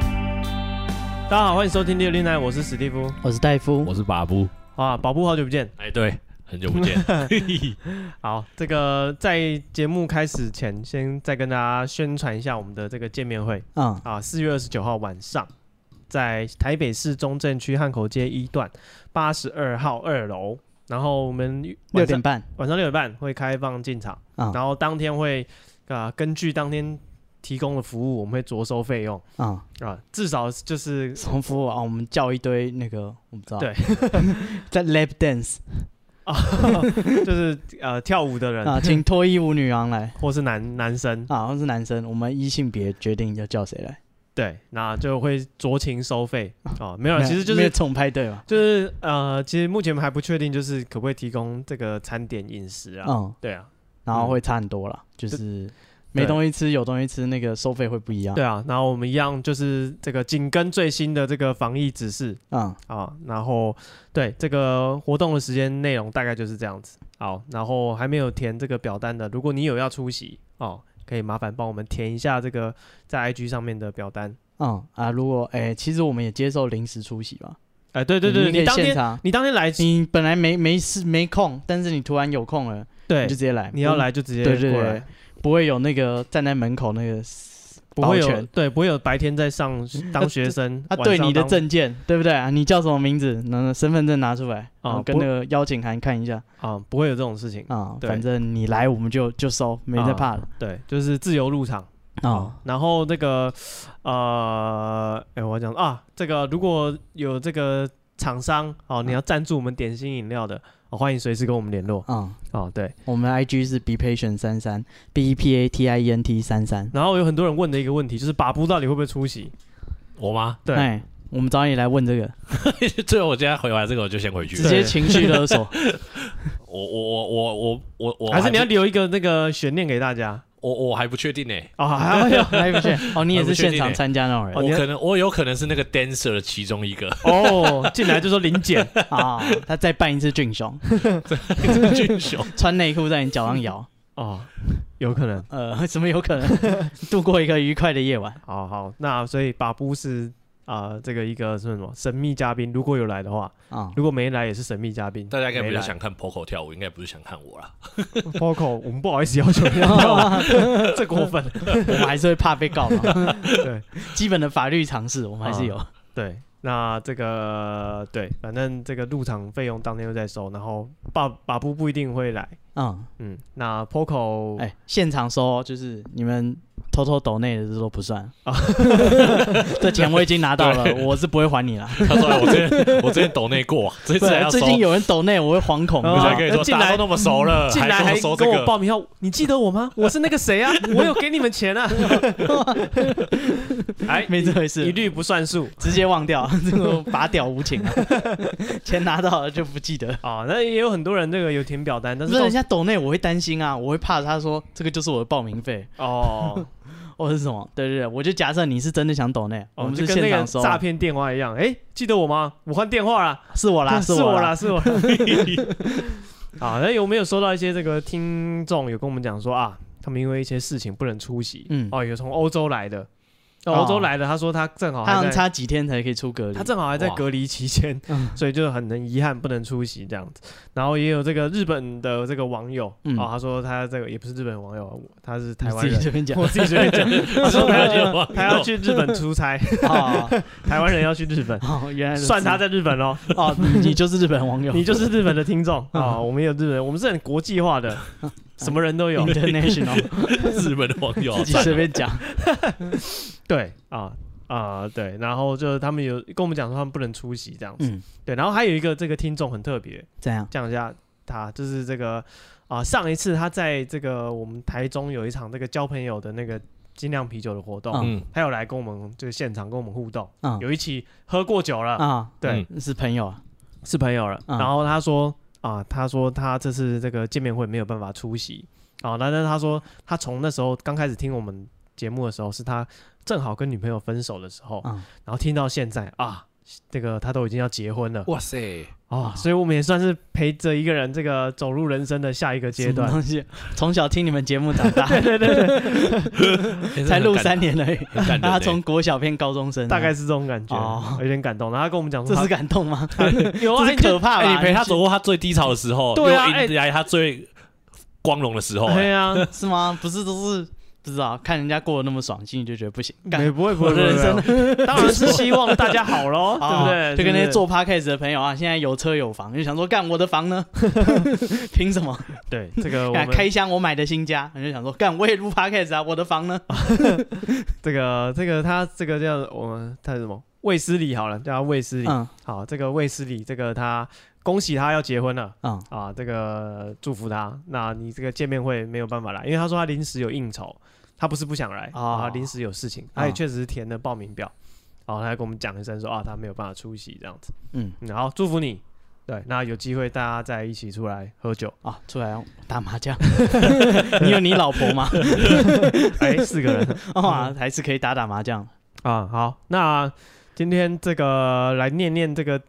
大家好，欢迎收听《六零奶》，我是史蒂夫我是戴夫，我是把布。啊，宝布好久不见。哎，对，很久不见。好，这个在节目开始前，先再跟大家宣传一下我们的这个见面会嗯，啊，四月二十九号晚上，在台北市中正区汉口街一段八十二号二楼，然后我们六晚上点半晚上六点半会开放进场，啊然后当天会啊、根据当天提供的服务，我们会酌收费用 啊，啊，至少就是什么服务啊？我们叫一堆那个，我不知道，对， 在 lap dance 啊，就是呃跳舞的人、啊，请脱衣舞女郎来或是男男生，啊，或是男生，我们依性别决定要叫谁来。对，那就会酌情收费哦。没有啦，没有其实就没有是重派对嘛，就是呃，其实目前还不确定，就是可不可以提供这个餐点饮食啊？嗯嗯，对啊，然后会差很多啦，就是没东西吃有东西吃，那个收费会不一样。对，啊。然后我们一样就是这个紧跟最新的这个防疫指示嗯，啊。然后对这个活动的时间内容大概就是这样子。好，然后还没有填这个表单的，如果你有要出席哦，可以麻烦帮我们填一下这个在 IG 上面的表单。嗯啊，如果哎，其实我们也接受临时出席嘛。哎、对对对，你可你以当现天场，你当天来，你本来没没事没空，但是你突然有空了，对你就直接来。你要来就直接对对过来对，，不会有那个站在门口那个不会保有全对，不会有白天在 上当学生，他晚对上你的当证件，对不对啊？你叫什么名字？然后身份证拿出来，啊然后跟不那个邀请函看一下啊、不会有这种事情。啊。对啊反正你来我们就就收，没在怕的对，就是自由入场啊。然后那个呃，哎、我要讲啊，这个如果有这个厂商哦，你要赞助我们点心饮料的，哦、欢迎随时跟我们联络啊，哦。对，我们的 IG 是 be patient 三三 b e p a t i e n t 三三。然后有很多人问的一个问题就是，把布到底会不会出席？我吗？对哎，我们找你来问这个， 最后我今天回完这个，我就先回去直了。接情绪 勒索。我我我我我我我还是不你要留一个那个悬念给大家我我还不确定呢、欸啊？还哎 要呦，来不去哦，你也是现场参加那种哦人我你要可能我有可能是那个 dancer 的其中一个，哦，进来就说林 姐，啊？他再扮一次俊雄，俊雄。穿内裤在你脚上摇，哦，有可能。呃，怎么有可能 度过一个愉快的夜晚？好好，那所以把布是啊、这个一个是什么神秘嘉宾，如果有来的话， 啊如果没来也是神秘嘉宾。大家应该不没是来想看 Poco 跳舞，应该不是想看我啦。 Poco，我们不好意思要求你要跳舞这过分。我们还是会怕被告嘛， 对基本的法律常识我们还是有。对，那这个对，反正这个入场费用当天就在收，然后把把布不一定会来。嗯，嗯，那 Poco，哎、现场收哦就是你们偷偷抖内的这都不算啊啊，哦 这钱我已经拿 到了，我是不会还你了。他说哎我之前我之前抖内过，这次还对，啊要最收。近有人抖内，我会惶恐。啊哦不我是才可以说进来大家都那么熟了，进来还还跟我收这跟 我个。报名要，你记得我吗？我是那个谁啊，我有给你们钱啊。 哎，没这回一事，律不算数。直接忘掉， 这种拔屌无情啊！ 钱拿到了就不记得。啊，那也有很多人这个有填表单，但 是不是到人家抖内，我会担心啊，我会怕他说这个就是我的报名费，哦，或者是什么？对对对，我就假设你是真的想抖内，我哦，们就是跟那现个场收，啊诈骗电话一样。哎，记得我吗？我换电话啦，是我 啦，是我我啦啦，，是我啦。 好，那有没有收到一些这个听众有跟我们讲说啊，他们因为一些事情不能出席？嗯哦，有从欧洲来的，哦哦欧洲来的，他说他正好他好还像在。差几天才可以出隔离他。正好还在哇隔离期间，嗯所以就很很遗憾不能出席这样子。然后也有这个日本的这个网友，嗯哦，他说他这个也不是日本网友，他是台你湾自己人，这边讲我自己随便 讲，他说他要去，哦他要去日本出 差，啊，台湾人要去日本， 哦，原来如此算他在日本 咯。哦，你你就是日本网友，你就是日本的听 众啊、我们有日本，我们是很国际化的，什么人都有。 哦 international，日本的网友自己随便讲。对啊、啊、对，然后就他们有跟我们讲说他们不能出席这样子，嗯，对，然后还有一个这个听众很特别，这样，讲一下他，就是这个啊、上一次他在这个我们台中有一场这个交朋友的那个精酿啤酒的活动，嗯嗯他有来跟我们就是现场跟我们互动，嗯有一起喝过酒了，啊，嗯对，是朋友啊，是朋友了。嗯然后他说啊，他说他这次这个见面会没有办法出席啊，但是他说他从那时候刚开始听我们节目的时候，是他正好跟女朋友分手的时候，嗯然后听到现在啊。这个他都已经要结婚了哇塞，啊，所以我们也算是陪着一个人这个走入人生的下一个阶什 么段。东西，从小听你们节目长大， 才录三 年而已，哎啊很感人欸，他从国小变高中生啊，大概是这种感觉，哦有点感动。然后他跟我们讲说这他，是感动吗？有啊，这你是就可怕吧？哎，你陪他走过他最低潮的时候，对啊又迎来他最光荣的时候， 对 哎啊，是吗？不是都是不知道，看人家过得那么爽，心里就觉得不行，干没不会不 会，我的人生生当然是希望大家好 喽，对不对？哦就跟是那不些是做 podcast 的朋友啊，现在有车有房，就想说干我的房 呢？凭什么？对这个我啊们 开箱我买的新家，你就想说干我也录 podcast 啊，我的房呢？这个这个他这个叫我们他是什么？卫斯理好了，叫他卫斯理。嗯好，这个卫斯理，这个他恭喜他要结婚了嗯啊，这个祝福他。那你这个见面会没有办法来，因为他说他临时有应酬，他不是不想来哦啊，他临时有事情，他也确实填了报名表，然后他还跟我们讲一声说啊，他没有办法出席这样子。嗯嗯，好，祝福你。对，那有机会大家再一起出来喝 酒。啊，出来打麻将， 你有你老婆吗？哎，四个人哇，还是可以打打麻将。啊，好，那今天这个来念念这个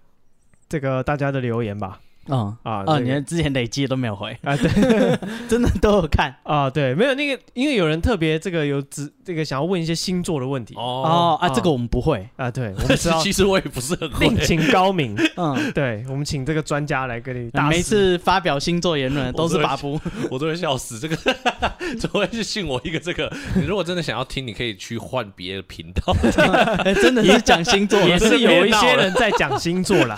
这个大家的留言吧。嗯啊，这哦，你个们之前累积的都没有回，啊，对 真的都有看啊，对，没有那个，因为有人特别这个有指这个想要问一些星座的问题哦，哦啊，哦这个我们不会。啊，对，我们 知道其实我也不是很会另，请高明，嗯，对我们请这个专家来跟你大 每肆次发表星座言论的都是拔夫。我都会笑死。 这个怎么会是信我一个这个？你如果真的想要听，你可以去换别的频 道。 哎真的是讲星座的，也是别有一闹些了人在讲星座啦。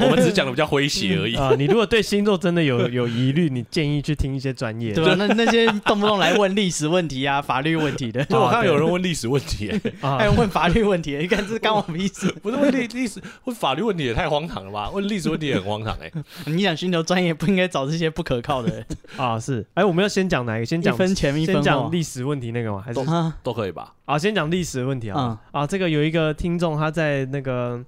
我们只是讲的比较诙谐而已。啊，你如果对星座真的有有疑虑，你建议去听一些专业的对啊吧？那那些动不动来问历史问题啊、 法律问题的，哦对，我看到啊对有人问历史问题， 哎啊还，有问法律问题，你看这干我屁事？不是问历历史问法律问题也太荒唐了吧？问历史问题也很荒唐 哎。你想寻求专业，不应该找这些不可靠的人。啊是，哎，我们要先讲哪一个？先一讲分钱一先分哦讲货历史问题那个吗？还是啊！都可以吧？啊，先讲历史的问题啊、嗯啊，这个有一个听众他在那个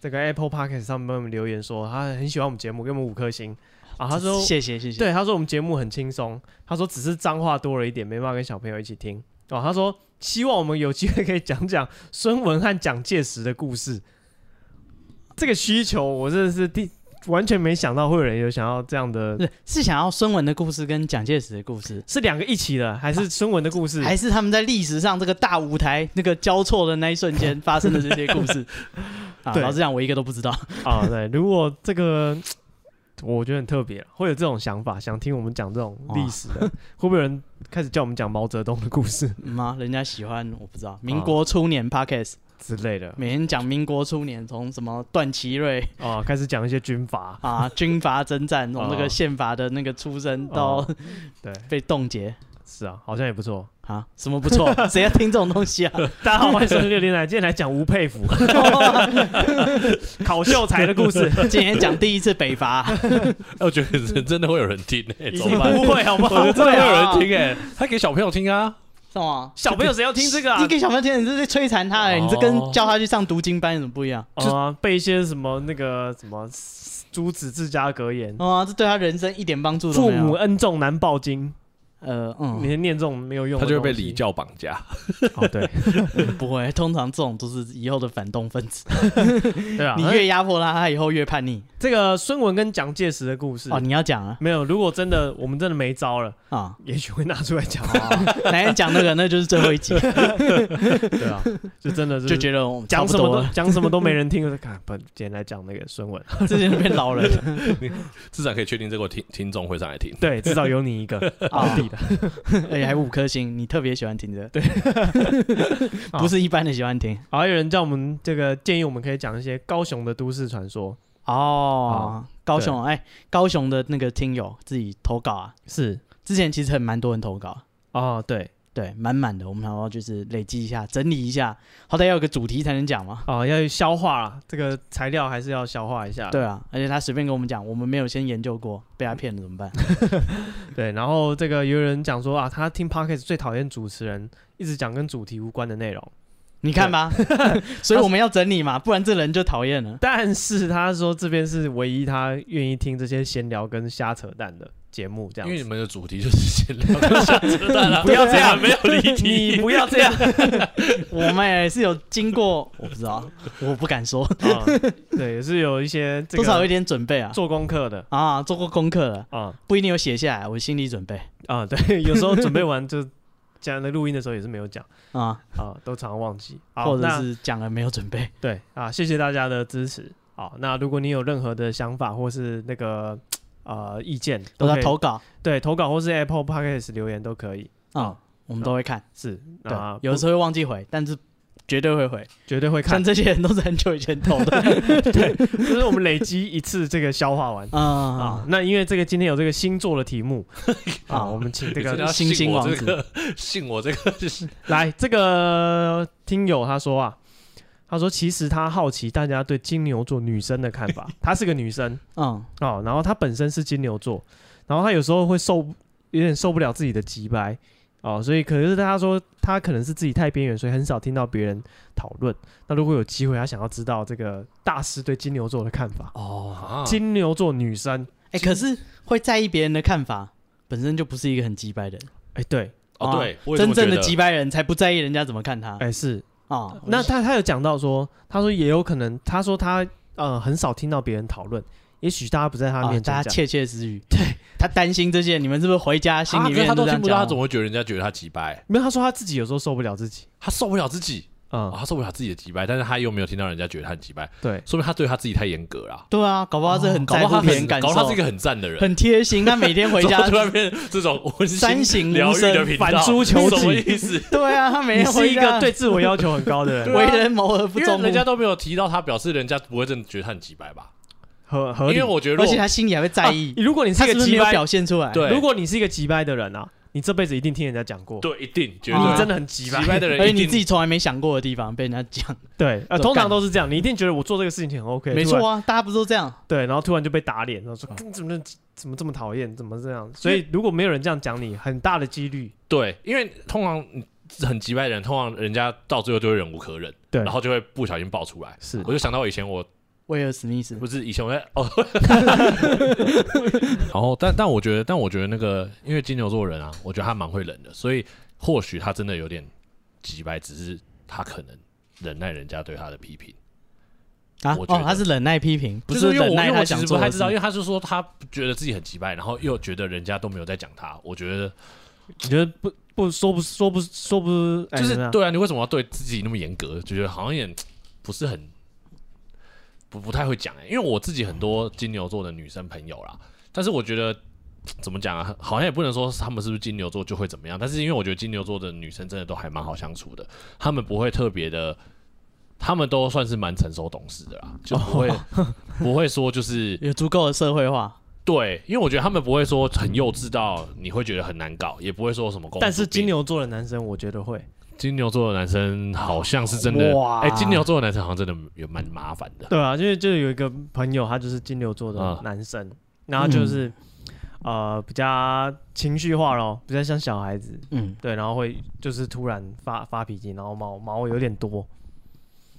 这个 Apple Podcast 上面帮我们留言说，他很喜欢我们节目，给我们五颗星啊。他说，谢谢谢谢。对，他说我们节目很轻松，他说只是脏话多了一点，没办法跟小朋友一起听哦、他说希望我们有机会可以讲讲孙文和蒋介石的故事。这个需求我真的是第完全没想到会有人有想要这样的，是是想要孙文的故事跟蒋介石的故事，是两个一起的，还是孙文的故事？还是他们在历史上这个大舞台那个交错的那一瞬间发生的这些故 事？啊，对老实讲，我一个都不知道。 啊，对，如果这个我觉得很特别，会有这种想法，想听我们讲这种历史的，会不会有人开始叫我们讲毛泽东的故事 嗯啊，人家喜欢我不知道。民国初年 podcast，之类的每天讲民国初年，从什么段祺瑞啊？开始讲一些军阀，啊，军阀征战，从那哦个宪法的那个出身到哦对，被冻结。是啊，好像也不错。啊，什么不错？谁要听这种东西啊？ 大家好，欢迎收听六零来，今天来讲吴佩孚考秀才的故 事，今天讲第一次北伐， 哎我觉得人真的会有人听哎，一怎定么办？不会啊好不我觉好得？真的会有人听哎，他给小朋友听啊，啊是吗？ 小朋友谁要听这 个啊你？给小朋友听，你这是摧残他哎、哦你这跟叫他去上读经班有什么不一样？啊，背一些什么那个什么朱子治家格言，哦、这对他人生一点帮助都父没母有。恩重难报经，呃，你 嗯，先念这种没有用哦他的东西，就会被礼教绑架。哦，对，不会，通常这种都是以后的反动分子，对 啊，你越压迫他，他以后越叛逆。这个孙文跟蒋介石的故事哦，你要讲啊没有，如果真的我们真的没招了， 啊！也许会拿出来讲， 哪天讲那个，那哦 就是最后一集， 对啊，就真的是就觉得我们讲什么差都讲什么都没人听， 就看不今天来讲那个孙文，不多了，之前就变 老人至少可以确定这个听听众会上来听。 对，至少有你一 个啊 奥，地的，而且还五颗星，你特别喜欢听 的，对，啊不是一般的喜欢听好，有人叫我们这个建议，我们可以讲一些高雄的都市传说，哦。高雄哎、高雄的那个听友自己投稿啊，是之前其实很蛮多人投稿，哦，对，对，满满的。我们想要就是累积一下，整理一下，好歹要有个主题才能讲嘛。哦，要消化啦，这个材料还是要消化一下。对啊，而且他随便跟我们讲，我们没有先研究过，被他骗了怎么办？对，然后这个有人讲说啊，他听 podcast 最讨厌主持人一直讲跟主题无关的内容，你看吧， 所以我们要整理嘛，不然这人就讨厌了。但是他说这边是唯一他愿意听这些闲聊跟瞎扯淡的节目，这样因为你子。们的主题就是闲聊跟瞎扯淡了，不要这样没有离你题。不要这样、我们也是有经过，我不知道，我不敢说， 啊！对，也是有一些这多少有个一点准备啊。做功课的啊，做过功课了，啊不一定有写下来，我心理准备啊，对， 有时候准备完就讲的录音的时候也是没有讲啊，啊，都常常忘记，好或者那是讲了没有准备。对啊，谢谢大家的支持。好，那如果你有任何的想法或是那个呃意见，都都可在以投稿对投稿或是 Apple Podcast 留言都可以。啊，我们都会看，是，对啊，，有时时候会忘记回，但是绝对会回。绝对会看像，这些人都是很久以前投的 就是我们累积一次这个消化完。啊啊，那因为这个今天有这个星座的题目啊，我们请这 你真的个 要信星星我王这个，信我这个就是来这个听友他说啊，他说其实他好奇大家对金牛座女生的看法，她是个女生嗯，哦，然后她本身是金牛座，然后她有时候会受有点受不了自己的急白哦，所以可是他说他可能是自己太边缘，所以很少听到别人讨论。那如果有机会，他想要知道这个大师对金牛座的看法。哦，啊，金牛座女生，哎，可是会在意别人的看法，本身就不是一个很鸡掰的人。哎、对，哦对，我也这真么正觉的得鸡掰人才不在意人家怎么看他哎、是。啊。那他他有讲到说，他说也有可能，他说他呃很少听到别人讨论，也许大家不在他啊面前大家讲。切切私语，对他担心这些，你们是不是回家心里啊可是面他就都这听样不到，他讲怎么会觉得人家觉得他几掰？没有，他说他自己有时候受不了自己。他受不了自己嗯，啊，他受不了自己的几掰，但是他又没有听到人家觉得他很几掰，对，说明他对他自己太严格了。对啊，搞不好他是很哦搞在不乎好他别人很，感搞受，不好他是一个很赞的人，很贴心。他每天回 怎家么，突然变成这种温三馨省疗吾愈的身。频道，反诸求己什么意思？对啊，他每你天是回一家个对自我要求很高 的人，为人谋而不哦因为忠户，人家都没有提到他，表示人家不会真的觉得他很几掰吧？合合理因为。我觉得如而果，且他心里还会在啊意，如果你他是一是个不是没急有掰，表现出来？对如果你是一个急掰的人啊，你这辈子一定听人家讲过，嗯对一定绝啊对你真的很急几掰。掰的人，而且你自己从来没想过的地方被人家讲， 对，呃，对通常干都是这样，你一定觉得我做这个事情很 OK，没突然错啊，大家不都这样？对，然后突然就被打脸，然后说干怎么怎么这么讨厌，怎么这样？所以如果没有人这样讲你，很大的几率对，因为通常很急掰的人，通常人家到最后就会忍无可忍，对然后就会不小心爆出来。是我就想到以前我威尔史密斯不是以前我在 哦，然后但但我觉得但我觉得那个因为金牛座人啊，我觉得他蛮会忍的，所以或许他真的有点急掰，只是他可能忍耐人家对他的批评，啊，我哦觉得，他是忍耐批评，不就是因为我忍耐因为他我其想实不做太的知事道，因为他就说他觉得自己很急掰，然后又觉得人家都没有在讲他，我觉得你觉得不不说不说不说不哎就怎么是样对啊，你为什么要对自己那么严格？就觉得好像也不是很不不太会讲哎、因为我自己很多金牛座的女生朋友啦，但是我觉得怎么讲啊，好像也不能说她们是不是金牛座就会怎么样，但是因为我觉得金牛座的女生真的都还蛮好相处的，她们不会特别的，她们都算是蛮成熟懂事的啦，就不会、哦不会 说就是有足够的社会化，对，因为我觉得她们不会说很幼稚到你会觉得很难搞，也不会说什么公主病。但是金牛座的男生，我觉得会金牛座的男生好像是真的，哇哎、金牛座的男生好像真的也蛮麻烦的。对啊，就是就有一个朋友，他就是金牛座的啊男生，然后就是、呃比较情绪化咯，比较像小孩子，嗯，对，然后会就是突然发发脾气，然后毛毛有点多，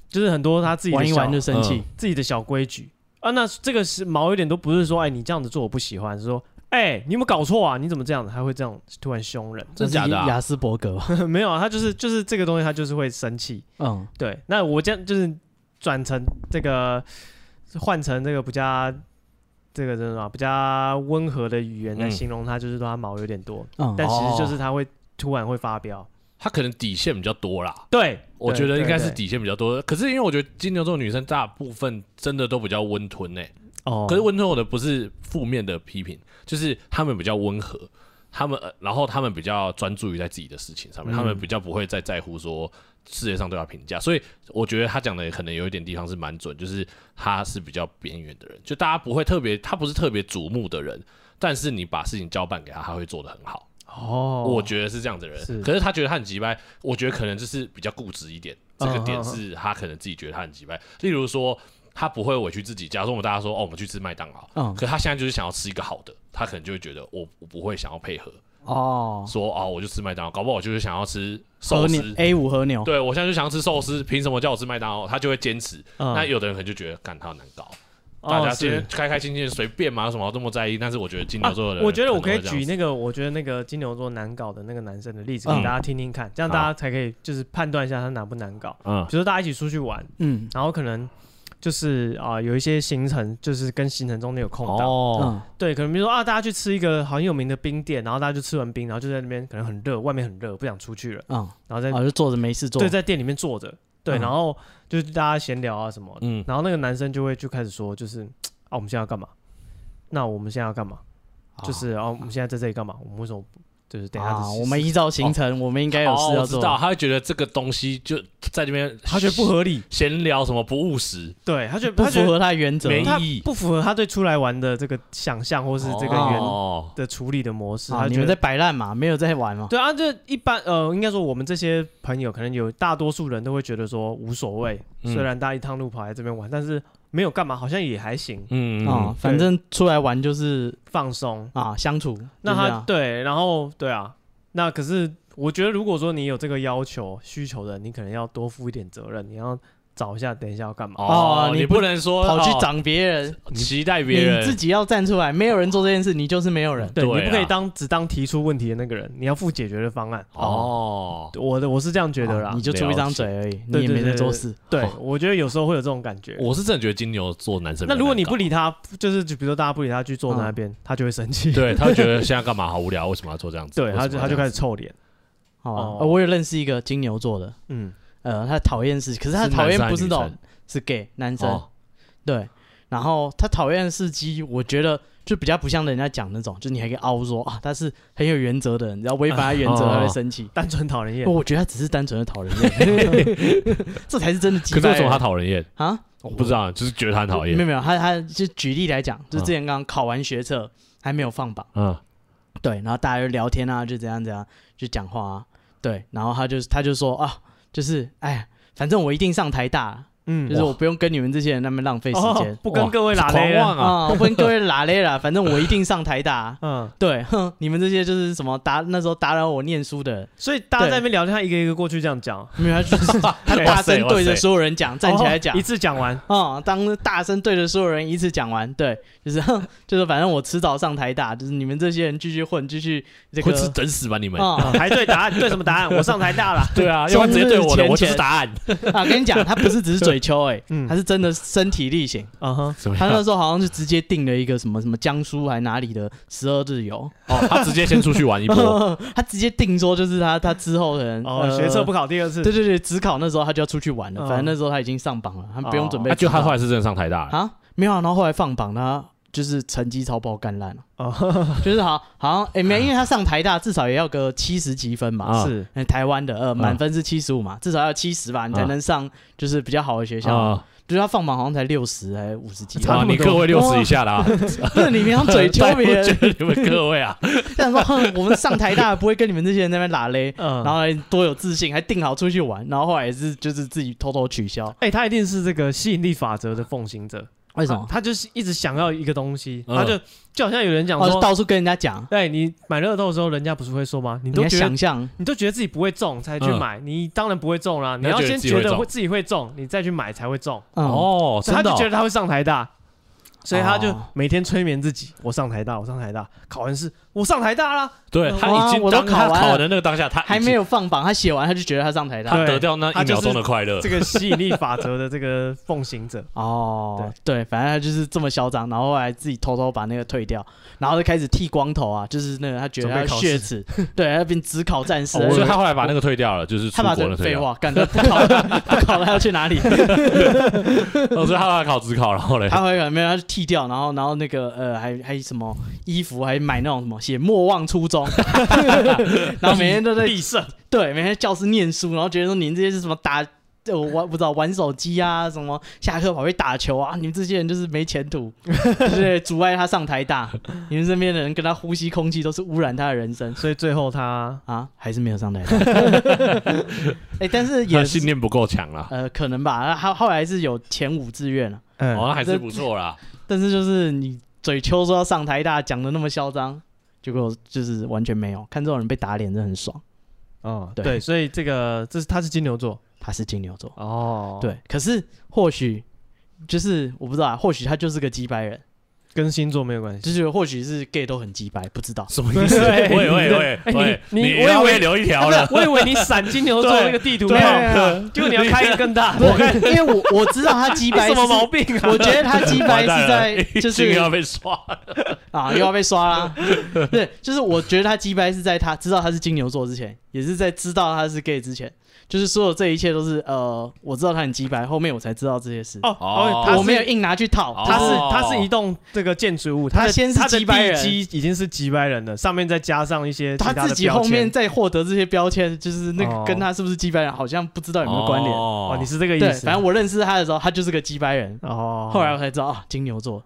就是很多他自己的玩一小玩就生嗯气，自己的小规矩啊。那这个是毛有点都不是说，哎，你这样子做我不喜欢，是说，哎，你有没有搞错啊？你怎么这样子？他会这样突然凶人？真假的啊那是雅斯伯格吧， 没有啊，他就是就是这个东西，他就是会生气。嗯，对，那我这样就是转成这个，换成这个比较。这个真的啊，比较温和的语言来嗯形容他，就是说他毛有点多，嗯但其实就哦是他会突然会发飙。他可能底线比较多啦，对，哦我觉得对应该对是对底线比较多。可是因为我觉得金牛座的女生大部分真的都比较温吞欸诶、哦，可是温吞我的不是负面的批评，就是他们比较温和，他们、呃然后他们比较专注于在自己的事情上面，嗯他们比较不会再在乎说世界上对他评价。所以我觉得他讲的可能有一点地方是蛮准，就是他是比较边缘的人，就大家不会特别，他不是特别瞩目的人，但是你把事情交办给他，他会做得很好。哦，我觉得是这样子的人。是可是他觉得他很急掰，我觉得可能就是比较固执一点。这个嗯点嗯是他可能自己觉得他很急掰。例如说，他不会委屈自己。假如说我们大家说哦，我们去吃麦当劳，嗯可他现在就是想要吃一个好的，他可能就会觉得我我不会想要配合，哦，说哦我就吃麦当劳，搞不好我就是想要吃寿和牛司。 A 五和牛，对，我现在就想要吃寿司，凭什么叫我吃麦当劳？他就会坚持。嗯那有的人可能就觉得，干他很难搞，哦大家是今天开开心心的随便嘛，有什么好这么在意？但是我觉得金牛座的人、啊我觉得我可以举，那个，我觉得那个金牛座难搞的那个男生的例子给嗯大家听听看，这样大家才可以就是判断一下他难不难搞。嗯，比如说大家一起出去玩，嗯然后可能就是啊、有一些行程就是跟行程中间有空档，哦，嗯对，可能比如说啊，大家去吃一个很有名的冰店，然后大家就吃完冰，然后就在那边可能很热，外面很热，不想出去了，嗯，然后在、哦就坐着没事做对，在店里面啊坐着，对，嗯然后就是大家闲聊啊什么的，嗯，然后那个男生就会就开始说，就是啊，我们现在要干嘛？那我们现在要干嘛？就是啊，我们现在在这里干嘛？我们为什么不就是等一下就啊，是、哦我们依照行程，我们应该有哦事要我知做。道，他会觉得这个东西就在这边，他觉得不合理，闲聊什么不务实，对他觉得不他觉符得合他的原则，没他意义不符合他对出来玩的这个想象，或是这个哦原哦的处理的模式。啊，他你觉们在得摆烂嘛，没有在玩嘛。对啊，这一般呃，应该说我们这些朋友，可能有大多数人都会觉得说无所谓，嗯虽然大家一趟路跑来这边玩，但是没有干嘛，好像也还行，嗯啊，哦嗯反正出来玩就是放松。啊相处。那就这他样对，然后对啊，那可是我觉得，如果说你有这个要求需求的，你可能要多负一点责任，你要找一下，等一下要干嘛。哦哦，你你不不能说跑去哦长别人，期待别你自人，己要站出来，没有人做这件事，你就是没有人。对对你不可以啊当只当提出问题的那个人，你要负解决的方案。哦，我的我是这样觉得啦啊你，哦就出一张嘴而已，你对也对没在对做对事。对我觉得有时候会有这种感觉。我是真的觉得金牛座男生比较难搞，那如果你不理他，就是就比如说大家不理他去坐在嗯那边，他就会生气， 对，他会觉得现在干嘛好无聊，为什么要做这样子？对，为他什么要就这他样就开始臭脸，好吧哦呃我有认识一个金牛座的，嗯，呃，他讨厌的事，可是他是讨厌男生还不是是那女种生是 gay 男生，哦对。然后他讨厌的事迹，我觉得就比较不像人家讲那种，就你还可以凹说啊，他是很有原则的人，然后违反他原则哦他会生气。哦单纯讨人厌。我觉得他只是单纯的讨人厌， 这才是真的鸡可掰。是为什么他讨人厌？啊？我不知道，就是觉得他很讨没厌。有没有，他他就举例来讲，就之前刚考完学测还没有放榜，嗯，对，然后大家就聊天啊，就怎样怎样，就讲话啊，对，然后他就他就说啊，就是哎呀，反正我一定上台大，嗯就是我不用跟你们这些人那么浪费时哦间，不跟哇各位拉狂嘞了，妄啊！啊，我不跟各位拉嘞啦，反正我一定上台大。嗯，对，哼，你们这些就是什么打那时候打扰我念书的人，所以大家在那边聊天，他一个一个过去这样讲，没有，他就是他哇大塞声哇对着塞所有人讲，站起来讲哦一，次讲完，哦，当大声对着所有人一次讲完，对，就是哼就是反正我迟早上台大，就是你们这些人继续混，继续这个会吃等死吧你们？啊嗯排队答案，对什么答案？我上台大 了，对啊，中要不然直接对我的，日我就前是答案。 啊！跟你讲，他不是只是嘴丘 哎、嗯他是真的身体力行。嗯哼，怎么他那样？时候好像是直接订了一个什么什么江苏还哪里的十二日游，哦，他直接先出去玩一波。他直接定说就是他他之后的人哦，呃学测不考第二次对，对对，只考那时候他就要出去玩了，嗯反正那时候他已经上榜了，他不用准备那指哦啊就导。他后来是真的上台大了。啊没有啊，然后后来放榜他。就是成绩超爆干 烂了，啊哦，就是好好像哎没，因为他上台大至少也要个七十几分嘛，啊是哎，台湾的，呃，满分是七十五嘛，至少要七十吧，你才嗯能上就是比较好的学校。啊，就是他放榜好像才六十还五十几，啊，你各位六十以下的啊，不是你平常 嘴我求别觉人，得你们各位啊，想说哼我们上台大不会跟你们这些人在那边拉嘞，嗯，然后还多有自信，还定好出去玩，然后后来也是就是自己偷偷取消，哎，他一定是这个吸引力法则的奉行者，为什啊么？他就是一直想要一个东西，嗯他就就好像有人讲哦，就说，到处跟人家讲，对你买乐透的时候，人家不是会说吗？你你都要觉得想象，你都觉得自己不会中才去嗯买，你当然不会中啦。你那要觉得先自己觉会得中会自己会中，你再去买才会中。嗯，哦，所以他真的就哦觉得他会上台大，所以他就哦每天催眠自己：我上台大，我上台大，考完试我上台大啦。对嗯他哇已经我都当考他完考了的那个当下，他已还没经有放榜，他写完他就觉得他上台大，他对得到那他一就是秒钟的快乐这。个吸引力法则的这个奉行 者哦，对，反正他就是这么嚣张，然后后来自己偷偷把那个退掉，然后就开始剃光头啊，就是那个他觉得准备他考血试耻，对，他变只考战士 哦，所以他他后来把那个退掉了，就是出哦他把国这的退废掉。话，干他不考了， 不考了，他要去哪里？ 哦，所以他后来考职考，然后嘞，他会没有，他就剃掉，然后然后那个呃，还还什么衣服，还买那种什么写莫忘初衷， 然后每天都在必胜。 对每天在教室念书，然后觉得说你们这些是什么打呃我玩不知道玩手机啊，什么下课跑去打球啊，你们这些人就是没前 途，就是阻碍他上台大。你们身边的人跟他呼吸空气都是污染他的人生所以最后他啊，还是没有上台大。 哎、但是他也信是念不够强啦。呃可能吧，他后来是有前五志愿了、嗯、哦，那还是不 错啦。但是就是你嘴秋说要上台大，讲的那么嚣张，结果就是完全没有。看这种人被打脸真的很爽。哦对对，所以这个这是他是金牛座他是金牛座，哦，，对，可是或许就是我不知道啊，或许他就是个鸡掰人，跟星座没有关系。就是或许是 gay 都很鸡掰，不知道。什么意思？对 喂喂哎你喂喂，你你我以为要被留一啊条了。啊我以为你闪金牛 座对那个地图对炮，对结果你要开一个更大， 我看，因为我我知道他鸡掰 什是么毛病啊？我觉得他鸡掰完是蛋在 了，就一定是要 被刷。啊又要被刷啦， 对，就是我觉得他鸡掰是在他知道他是金牛座之前，也是在知道他是 gay 之前，就是所有这一切都是呃，我知道他很鸡掰，后面我才知道这些事，哦哦他是我没有硬拿去套，哦他他是是他是一栋这个建筑物，他的先是他的几百地人基已经是几百人了，上面再加上一些其他他的自己标后面签再获得这些标签，就是那哦个跟他是不是鸡掰人好像不知道有没有关联。哦，哦你是这个意对，思？反正我认识他的时候，他就是个鸡掰人。哦，后来我才知道啊，金牛座。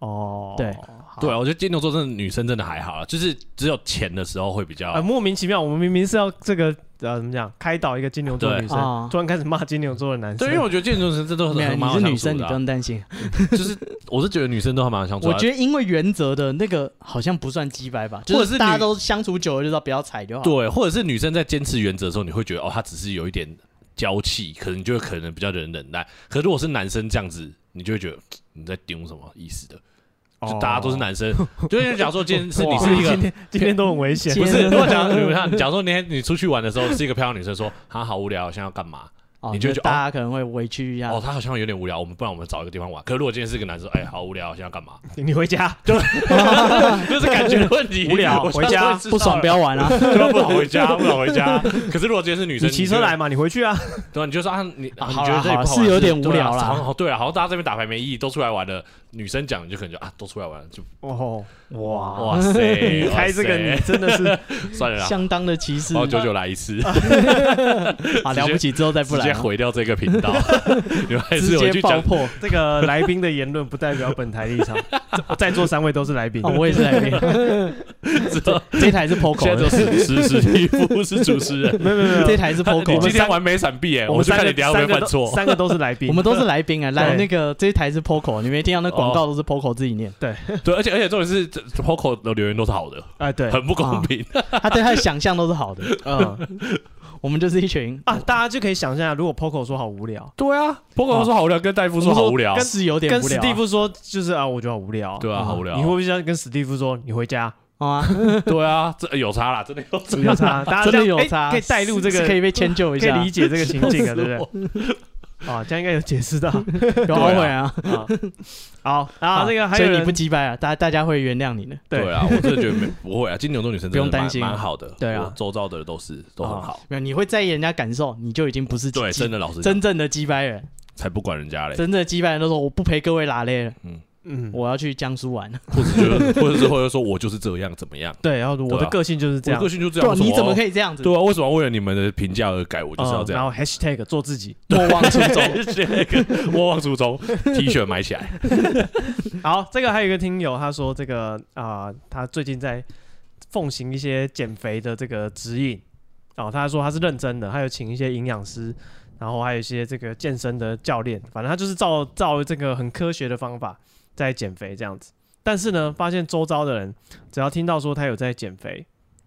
哦，对好对，，啊我觉得金牛座真的女生真的还好啦，就是只有钱的时候会比较啊呃，莫名其妙，我们明明是要这个呃怎么讲，开导一个金牛座的对女哦生，突然开始骂金牛座的男生，对，因为我觉得金牛座真的都没有，哦很你蛮好是女相处生，你的不啊。用担心。就是我是觉得女生都还蛮好相处的我啊。觉得因为原则的那个好像不算鸡掰吧，或就者是是大家女都相处久了就知道不要踩哦就好。对，或者是女生在坚持原则的时候，你会觉得哦，她只是有一点娇气，可能就会可能比较忍忍耐。可如果是男生这样子，你就会觉得嘖你在丢什么意思的？哦就大家都是，男生，就是假如说今天是你哇是一今个。天今天都很危险，不天是，如果假如你们看，假如说那天你出去玩的时候，是一个漂亮女生说她好无聊，现在要干嘛？哦，你就觉得大家可能会委屈一下啊哦，。她好像有点无聊，我们不然我们找一个地方玩。可如果今天是一个男生，哎，好无聊，现在要 干嘛？你回家，就是感觉的问题，无聊 我回家上次不爽不要玩啊！对 不想回家，不想回家。可是如果今天是女你生，骑车就会来嘛，你回去啊，对啊，你就说啊，你啊啊你好觉得啦这里好啦不好玩是有点无聊啦对啊好像对啊，好像大家这边打牌没意义，都出来玩了。女生讲，你就可能就啊，都出来玩了，就哦，哇，哇 塞，开这个哇你真的是塞算了啦，相当的歧视啊哦，九九来一次， 啊！直接了不起之后再不直来接啊，毁掉这个频道。 你们还是直回接去爆讲，破。这个来宾的言论不代表本台立场，这在座三位都是来宾啊，，我也是来宾， 知道这台是 POCO，现在的都是实实体不是主持人。没有没有没有 这，台是 POCO 你的今。天玩没闪避哎，我 我们就三看个你等一下会不三个会犯都错。三个都是来 宾，我们都是来宾啊，来对那个这一台是 POCO，你没听到那广告都是 POCO 自己念，对，而且而且重点是这这，Poco 的留言都是好的，哎对，很不公啊平。他对他的想象都是好的， 嗯我们就是一群啊，大家就可以想象，如果 POCO 说好无聊，对啊，Poco 说好无聊，跟戴夫我说们说好无聊，啊是有点跟无史聊蒂夫说就是啊，我觉得好无聊，对啊，好无聊你会。不会像跟史蒂夫说你回 家？啊啊，对啊，这有差啦，真的有差。有差，大家真的这样有哎差，可以带入这是个，是可以被迁就一可以下，理解这个情境啊，对对不对？ 啊，这样应该有解释到。有后悔啊。啊好，然后那个还有所以你人不击败啊，大大家会原谅你的。对对啊，我真的觉得没 不会啊，金牛座女生真的不用蛮担心蛮好的。对啊哦我周遭的都是都很好。没有，你会在意人家感受，你就已经不是对，鸡真的老实讲真正的击败人，才不管人家嘞，真正的击败人都说我不陪各位拉嘞了，嗯，我要去江苏玩。或者就是或者是或者说我就是这样怎么样，对，然后我对的啊个性就是这我的样个，性就这对啊，样，你怎么可以？以哦这样子？ 对啊，为什么为了你们的评价而改？我就是要嗯这然样。后 hashtag 做自己。莫忘初衷。 对，我忘初衷，T 恤买起来。好，这个还有一个听友他说这个啊、他最近在奉行一些减肥的这个指引哦，他说他是认真的，他有请一些营养师，然后还有一些这个健身的教练，反正他就是照照这个很科学的方法在减肥这样子。但是呢，发现周遭的人只要听到说他有在减肥，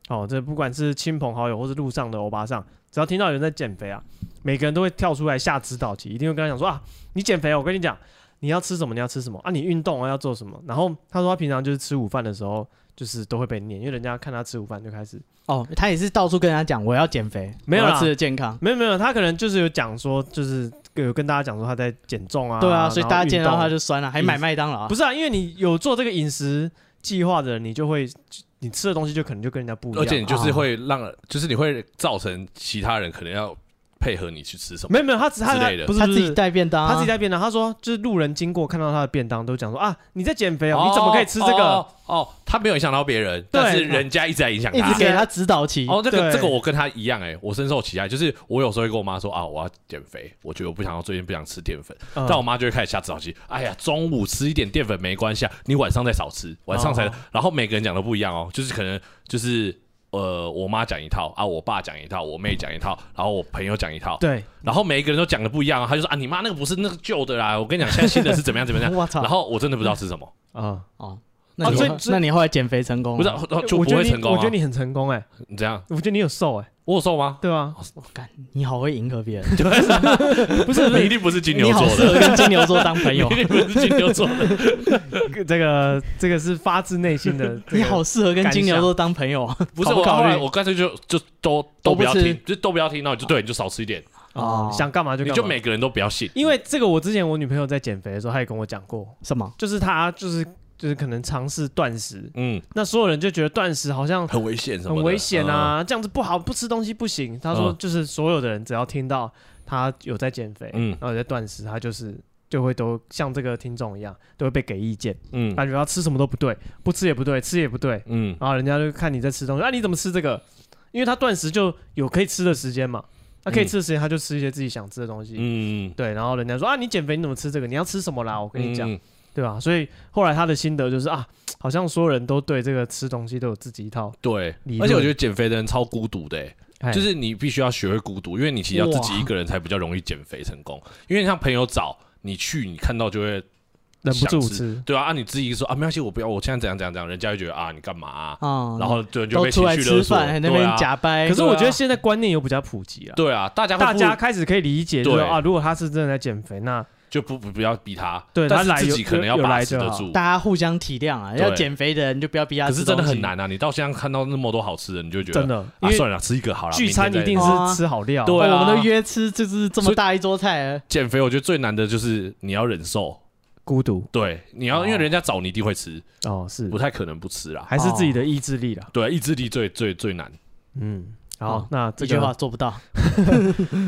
哦，这不管是亲朋好友或是路上的欧巴上，只要听到有人在减肥啊，每个人都会跳出来下指导棋，一定会跟他讲说啊，你减肥哦，我跟你讲，你要吃什么，你要吃什么啊？你运动啊，要做什么？然后他说他平常就是吃午饭的时候，就是都会被念，因为人家看他吃午饭就开始哦，他也是到处跟人家讲我要减肥，没有啦我要吃的健康。没有没有，他可能就是有讲说，就是有跟大家讲说他在减重啊，对啊，所以然后大家见运到动他就酸了，还买麦当劳啊不。是啊，因为你有做这个饮食计划的人，你就会你啊吃的东西就可能就跟人家不一样，而且你就是会让，就是你会造成其他人可能要配合你去吃什么。没有没有，他只他之他类的不是他不自是己带便当啊，他自己带便当，他说就是路人经过看到他的便当都讲说啊，你在减肥哦，你怎么可以吃这个哦？？哦哦他没有影响到别人，但是人家一直在影响一他直。给他指导期。哦，这个对这个我跟他一样哎、我深受其害。就是我有时候会跟我妈说啊，我要减肥，我觉得我不想要最近不想吃淀粉，嗯但我妈就会开始下指导棋。哎呀，中午吃一点淀粉没关系啊，你晚上再少吃，晚上才。哦然后每个人讲的不一样哦，就是可能就是呃，我妈讲一套啊，我爸讲一套，我妹讲一套，然后我朋友讲一套，对，然后每一个人都讲的不一样、啊，他就说啊，你妈那个不是那个旧的啦，我跟你讲，现在新的是怎么样怎 么样。 我操然！后我真的不知道吃什么，啊，哦，那你哦所以后所以那你后来减肥成功不知了？道就我不觉得会你成功、啊。我觉得你很成功哎，你怎样？我觉得你有瘦哎，我有瘦吗？对啊，我干，你好会迎合别人，不是不 你一是定不是金牛你座好适的，合跟金牛座当朋你一 友，定不是金牛座 的。这个这个是发自内心的，这个你好适合跟金牛座当朋友。不是考不我考后来虑我干脆就就都都都不不要吃听，就都不要听，那你就对你就少吃一点，哦想干嘛就你干嘛就每个人都不要信。因为这个，我之前我女朋友在减肥的时候，她也跟我讲过，什么？就是她就是就是可能尝试断食，嗯，那所有人就觉得断食好像很危险，什么很的危险！啊，这样子不好，不吃东西不行。她说嗯就是所有的人只要听到她有在减肥，嗯然后有在断食，她就是。就会都像这个听众一样，都会被给意见，嗯嗯啊感觉到吃什么都不对，不吃也不对，吃也不对，嗯，然后人家就看你在吃东西，啊你怎么吃这个？因为他断食就有可以吃的时间嘛，那、可以嗯吃的时间他就吃一些自己想吃的东西，嗯，对，然后人家说啊，你减肥你怎么吃这个？你要吃什么啦？我跟你讲，嗯，对吧？所以后来他的心得就是啊，好像所有人都对这个吃东西都有自己一套，对理，论而且我觉得减肥的人超孤独的欸，哎就是你必须要学会孤独，因为你其实要自己一个人才比较容易减肥成功，因为像朋友找你去，你看到就会忍不住想吃。对啊，啊你自己说啊没关系，我不要，我现在怎样怎样怎样，人家就觉得啊你干嘛啊，啊然后就就都被出情来绪吃勒索，饭，还在那对边啊，假可掰。是对啊我觉得现在观念又比较普及了，对啊，大家会大不家开始可以理解，对就是啊，如果他是真的在减肥，那就不不不要逼他，对但他来是自有己可能要有有把来持就得好住。大家互相体谅啊，对要减肥的人就不要逼他可吃东是西。真的很难啊！你到现在看到那么多好吃的，你就觉得真的，因啊，为算了，吃一个好了。聚餐明一天再定哦啊是吃好料，对哦啊我们的约吃就是这么所以大一桌菜啊， 减肥，我觉得最难的就是你要忍受，孤独对，你要、哦因为人家找你一定会吃，哦，是不太可能不吃啦。还是自己哦的意志力啦。对，啊意志力最最最难，嗯，好，哦那这一句啊话个做不到。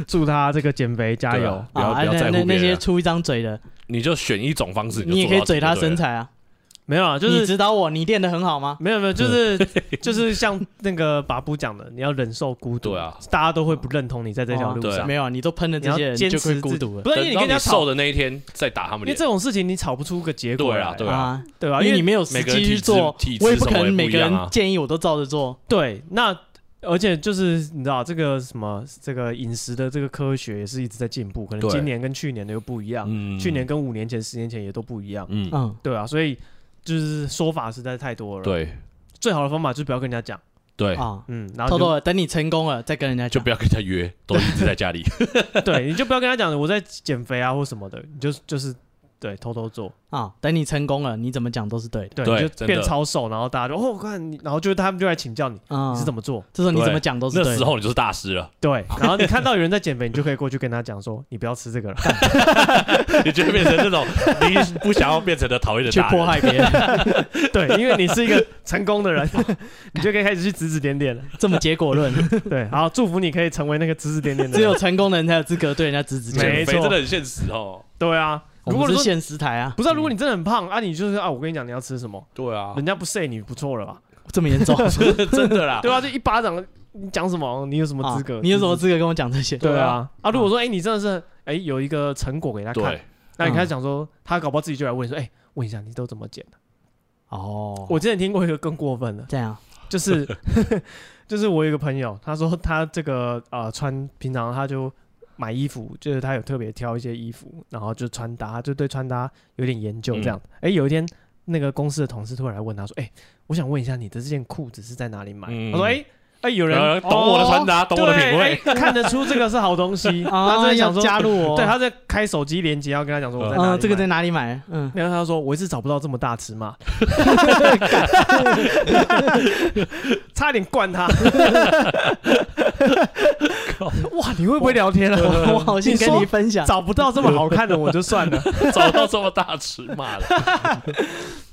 祝他这个减肥加对啊油。不要、啊不要那在那乎别那些人啊，出一张嘴的，你就选一种方式，你也就可做以嘴到他这个身就对了。材啊。没有啊，就你是指导我，你练得很好吗？没有没有， 就是就是像那个把布讲的，你要忍受孤独，对啊，大家都会不认同你在这条路对啊上，没有啊，你都喷了你这要些人，坚就持会孤自己独了不是因为等你跟到人家你吵瘦，的那一天再打他们因为脸这，种事情你吵不出个结果对来啊，对啊，啊。对吧？因因为为你你没有每实个际人去体质做体，质我也不什么可能也不每一个样人啊建议我都照着做。对那。而且就是你知道这个什么这个饮食的这个科学也是一直在进步，可能对今年跟去年的又不一样，嗯去年跟五年前、十年前也都不一样，嗯嗯，对啊，所以就是说法实在太多了。，对最好的方法就是不要跟人家讲，对，啊，嗯，然后偷你就偷的等你成功了再跟人家就讲不。要跟人家约，都一直在家 里。对，你就不要跟他讲我在减肥啊或什么的，你就就是对偷偷做，啊，等你成功了，你怎么讲都是对对，的。对你就真变的超瘦，然后大家就哦，我看你，然后就他们就来请教你，啊，你是怎么？么做？这时候你对怎么讲都是那对时的。候你就是大师了，对，然后你看到有人在减肥，你就可以过去跟他讲说，你不要吃这个了。你就会变成 那种你不想要变成的讨厌的去大迫人。害别人，对，因为你是一个成功的人， 你就可以开始去指指点点了。这么结果论，对，好，祝福你可以成为那个指指点点的只有人。成功的人才有资格对人家指指点点。没减肥错真的很现实哦。对啊，我如果们你说是现实台啊，不是啊，如果你真的很胖啊，你就是啊，我跟你讲你要吃什么，对啊人家不 say 你不错了吧？这么严 重 真的啦。对啊，就一巴掌，你讲什么？你有什么资格啊？你有什么资？资格跟我讲这些？对啊，啊，如果说哎，你真的是哎有一个成果给他看嗯对，，嗯那你开始讲说，他搞不好自己就来问说，哎、问一下你都怎么减的？哦，我之前听过一个更过分的，这样啊就是 就是我有一个朋友，他说他这个呃穿平常他就买衣服，就是他有特别挑一些衣服，然后就穿搭，就对穿搭有点研嗯究这样。哎、有一天那个公司的同事突然来问他说，哎、我想问一下你的这件裤子是在哪里买？嗯他说，哎、哎、有人、哦呃懂我的穿搭，懂我的对品味。哦哎看得出这个是好东 西。哦他真的想说要，加入我，对，他在开手机连接，要跟他讲说我在哪里买、嗯，这个在哪里买？嗯，然后他说：“我一直找不到这么大尺 码，差点灌 他。哇，你会不会聊天啊？我 我好心跟你说分享，找不到这么好看的我就算 了。找到这么大尺码了，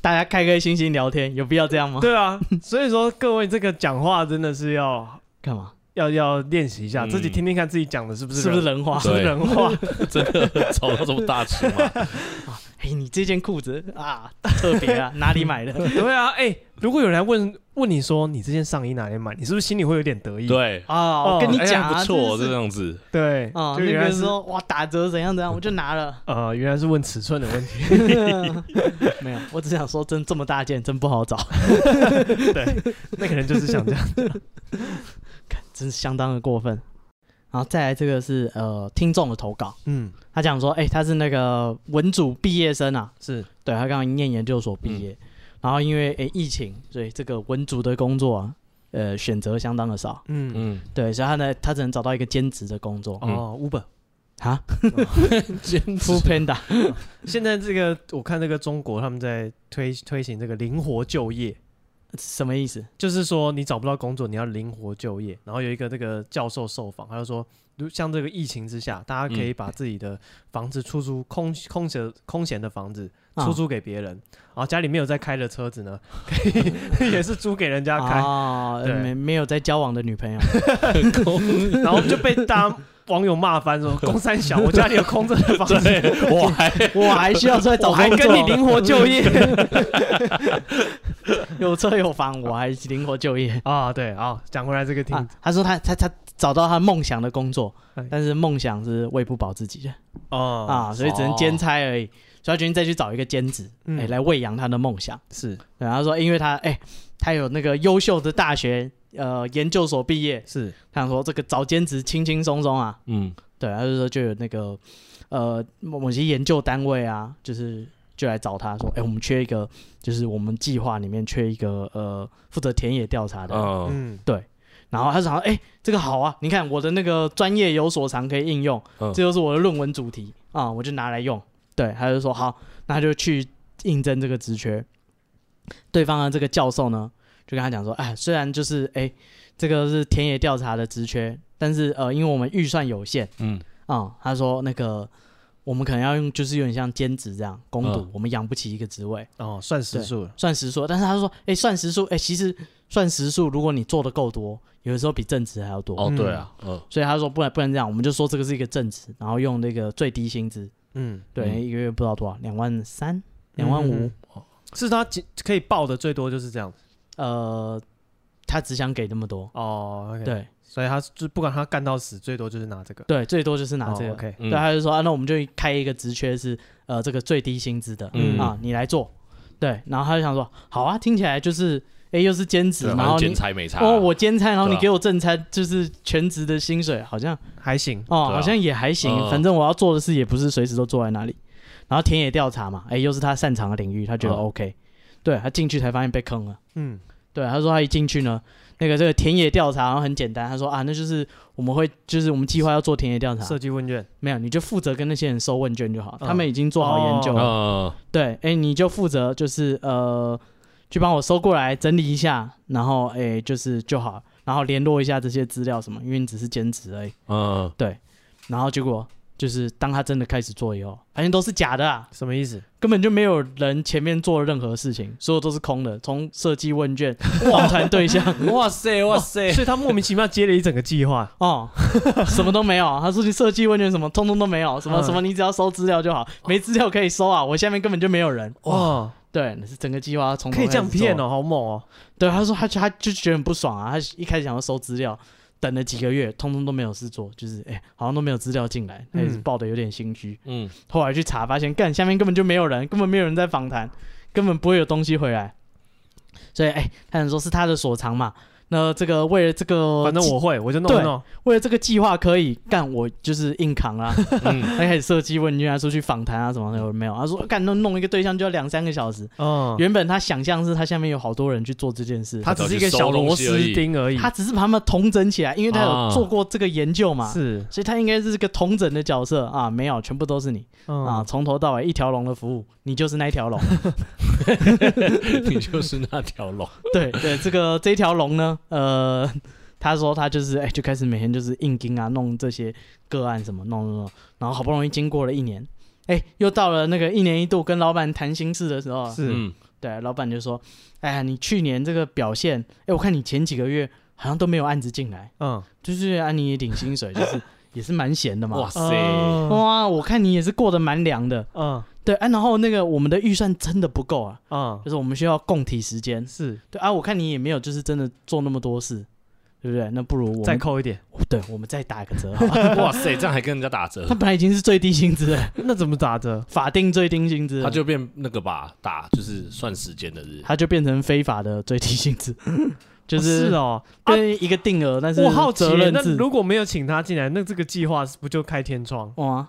大家开开心心聊天，有必要这样吗？对啊，所以说各位这个讲话真的是要干嘛？要要练习一下，嗯自己听听看自己讲的是不是是不是人人话？是不是对人 话？真的吵到这么大气吗？哎，你这件裤子啊，特别啊，哪里买 的？对啊，哎、如果有人来问问你说你这件上衣哪里买，你是不是心里会有点得意？对，啊，哦我跟你哎呀讲啊，不错，真这的是样子，对，啊，就那原来个是说哇打折怎样怎样，我就拿 了。 呃，原来是问尺寸的问 题。没有，我只想说，真这么大件真不好找，对，那个人就是想这样。真是相当的过分。然后再来这个是呃听众的投稿， 嗯，他讲说，哎、他是那个文组毕业生啊，是嗯对他刚刚念研究所毕业，然后因为哎、疫情，所以这个文组的工作啊，呃选择相当的少，嗯嗯，对，所以他呢他只能找到一个兼职的工作哦，Uber。 啊兼，Food Panda，现在这个我看这个中国他们在推推行这个灵活就业，什么意思？就是说你找不到工作，你要灵活就业。然后有一个这个教授受访，他就说，如像这个疫情之下，大家可以把自己的房子出租空空闲空闲的房子啊出租给别人，然后家里没有在开的车子呢，可以也是租给人家开，啊，对没没有在交往的女朋友， 然后就被大家网友骂翻说，公三小，我家里有空着的房子，对，我还我还需要出来找我还工跟你作，灵活就业 有车有房，我还灵活就 业。啊，对啊，讲回来这个听啊，他说他他他找到他梦想的工作哎，但是梦想是喂不饱自己的哦啊，所以只能兼差而已。所以他决定再去找一个兼职，嗯哎，来喂养他的梦想。是对，他说，因为他哎，他有那个优秀的大学呃研究所毕业，是他想说这个找兼职轻轻松松啊。嗯对，他就说就有那个呃某某些研究单位啊，就是就来找他说，哎，我们缺一个，就是我们计划里面缺一个呃负责田野调查的。嗯嗯然后他想说，哎、这个好啊，你看我的那个专业有所长可以应用，嗯这就是我的论文主题啊、我就拿来用。对，他就说好，那就去应征这个职缺。对方啊的这个教授呢，就跟他讲说，哎，虽然就是哎，这个是田野调查的职缺，但是呃，因为我们预算有限嗯，啊、他说那个我们可能要用，就是有点像兼职这样攻读，嗯我们养不起一个职位，哦，算时对数了，算时数。但是他说，哎，算时数，哎，其实算时数，如果你做的够多，有的时候比正职还要多。哦，对啊，嗯所以他说不然不然这样，我们就说这个是一个正职，然后用那个最低薪资，嗯。对，嗯一个月不知道多少，两万三、两万五嗯，是他几可以报的最多就是这样子嗯呃，他只想给那么多，哦。o k，对所以他就不管他干到死，最多就是拿这个。对，最多就是拿这个。哦 OK，嗯对，他就说啊，那我们就开一个职缺是呃这个最低薪资的、嗯啊，你来做，对，然后他就想说，好啊，听起来就是哎又是兼职，对啊然反正后兼你。差没差啊，哦，我兼差，然后对啊你给我正差，就是全职的薪水，好像还行。哦，对啊好像也还行，嗯反正我要做的事也不是随时都坐在那里。然后田野调查嘛，哎，又是他擅长的领域，他觉得嗯 OK、对他进去才发现被坑了。嗯，对，啊他说他一进去呢，那个这个田野调查然后很简单，他说啊，那就是我们会就是我们计划要做田野调查，设计问卷没有你就负责跟那些人收问卷就好，嗯他们已经做好研究了。嗯对，哎，你就负责就是呃，去帮我收过来整理一下，然后哎就是就好，然后联络一下这些资料什么，因为你只是兼职而已。嗯，然后结果就是当他真的开始做以后，发现都是假的啊，什么意思？根本就没有人前面做任何事情，所有都是空的，从设计 问卷、访谈对象，哇塞哇塞，所以他莫名其妙接了一整个计划。哦， 什么都没有。啊他说你设计问卷什么，通通都没有，什么嗯什么，你只要收资料就好，没资料可以收啊，我下面根本就没有人。哦哇，对，是整个计划从哦头可以这样开始做骗。哦，好猛哦。对，他说他就他就觉得很不爽啊，他一开始想要收资料。等了几个月，通通都没有事做，就是哎、好像都没有资料进来，他也是嗯抱的有点心虚。嗯后来去查，发现干下面根本就没有人，根本没有人在访谈，根本不会有东西回来。所以，哎、他想说是他的所长嘛。那这个为了这个，反正我会，我就弄一弄。为了这个计划可以干，我就是硬 扛啦。嗯，他开始设计问卷啊，出去访谈啊什么的，有没有？他说干，那弄一个对象就要两三个小时。嗯，原本他想象是他下面有好多人去做这件事，他只是一个小螺丝钉而已。他只是把他们统整起来，因为他有啊做过这个研究嘛，是所以他应该是个统整的角色啊。没有，全部都是你。啊，嗯，从头到尾一条龙的服务，你就是那一条龙。 你就是那条龙，对对，这个这一条龙呢，呃，他说他就是哎、就开始每天就是硬盯啊，弄这些个案什么弄弄弄，然后好不容易经过了一年，哎、又到了那个一年一度跟老板谈心事的时候啊，是嗯对，老板就说，哎呀，你去年这个表现，哎、我看你前几个月好像都没有案子进来，嗯，就是啊，你也领薪水，就是 也是蛮闲的嘛哇。塞，嗯哇，我看你也是过得蛮凉的，嗯对啊。然后那个我们的预算真的不够啊，嗯，就是我们需要供体时间，是对啊。我看你也没有就是真的做那么多事，对不对？那不如我再们扣一点，对，我们再打个折好了。 哇塞，这样还跟人家打折他，本来已经是最低薪资 了，那怎么打折？法定最低薪资了，他就变那个吧，打就是算时间的日。他就变成非法的最低 薪资，就哦是是哦，啊跟一个定额，但是我好奇责耶，任那制。如果没有请他进来，那这个计划是不就开天窗？哇，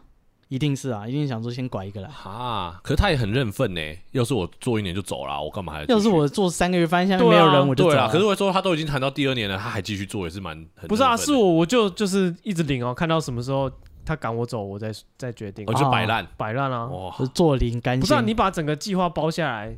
一定是啊，一定想说先拐一个来。啊！可是他也很认份呢。要是我做一年就走了，我干嘛还继续要是我做三个月，发现下面对啊没有人，我就走对了啊，可是我说他都已经谈到第二年了，他还继续做也是蛮很不是啊，认份的是我我就就是一直领哦，看到什么时候他赶我走，我再再决定我，就哦摆烂摆烂啊！哇我做零干不净。是啊，你把整个计划包下来，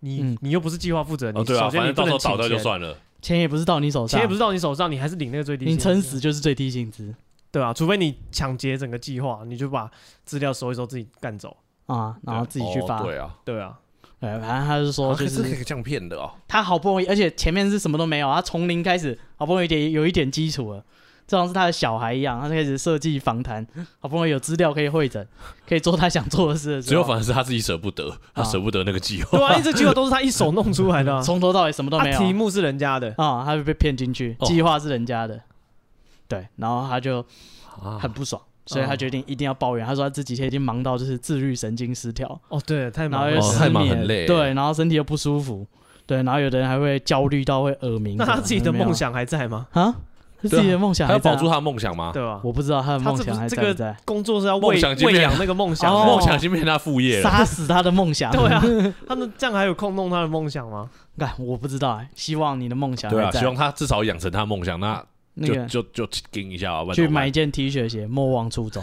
你嗯你又不是计划负责人，哦你对啊，首反先你正到不时能候请倒掉就钱，算了。钱也不是到你手上，钱也不是到你手上，你还是领那个最低薪你资，撑死就是最低薪资对啊，除非你抢劫整个计划，你就把资料收一收，自己干走。啊，然后自己去哦发。对啊，对啊，对，反正他就说，啊可就是可是以这样骗的哦。他好不容易，而且前面是什么都没有，他从零开始，好不容易有点有一点基础了。就像是他的小孩一样，他开始设计访谈，好不容易有资料可以会诊，可以做他想做的事的时候，只 有反而是他自己舍不得，啊，他舍不得那个计划。对啊，因为这计划都是他一手弄出来的啊从头到尾什么都啊没有。题目是人家的，啊、他就被骗进去，哦计划是人家的，对，然后 他就啊很不爽，所以他哦决定一定要抱怨。他说他这几天已经忙到就是自律神经失调，哦，对，太然忙后又了。哦失太忙眠很累对，然后身体又不舒服，对，然后有的人还会焦虑到会耳鸣什么。那他自己的没有梦想还在吗？啊，他自己的梦想还他要在啊保住他的梦想吗？对吧？我不知道他的他梦这想不还是在这不个在，工作是要梦喂想已经喂变养那个梦想的，哦梦想已经变成他副业了。杀死他的梦想。对啊，他们这样还有空弄他的梦想 吗？干，我不知道哎，希望你的梦想对还啊，在。希望他至少养成他的梦想，那那就个就就盯一下啊，不然去怎么办买一件 T 恤鞋，莫忘初衷。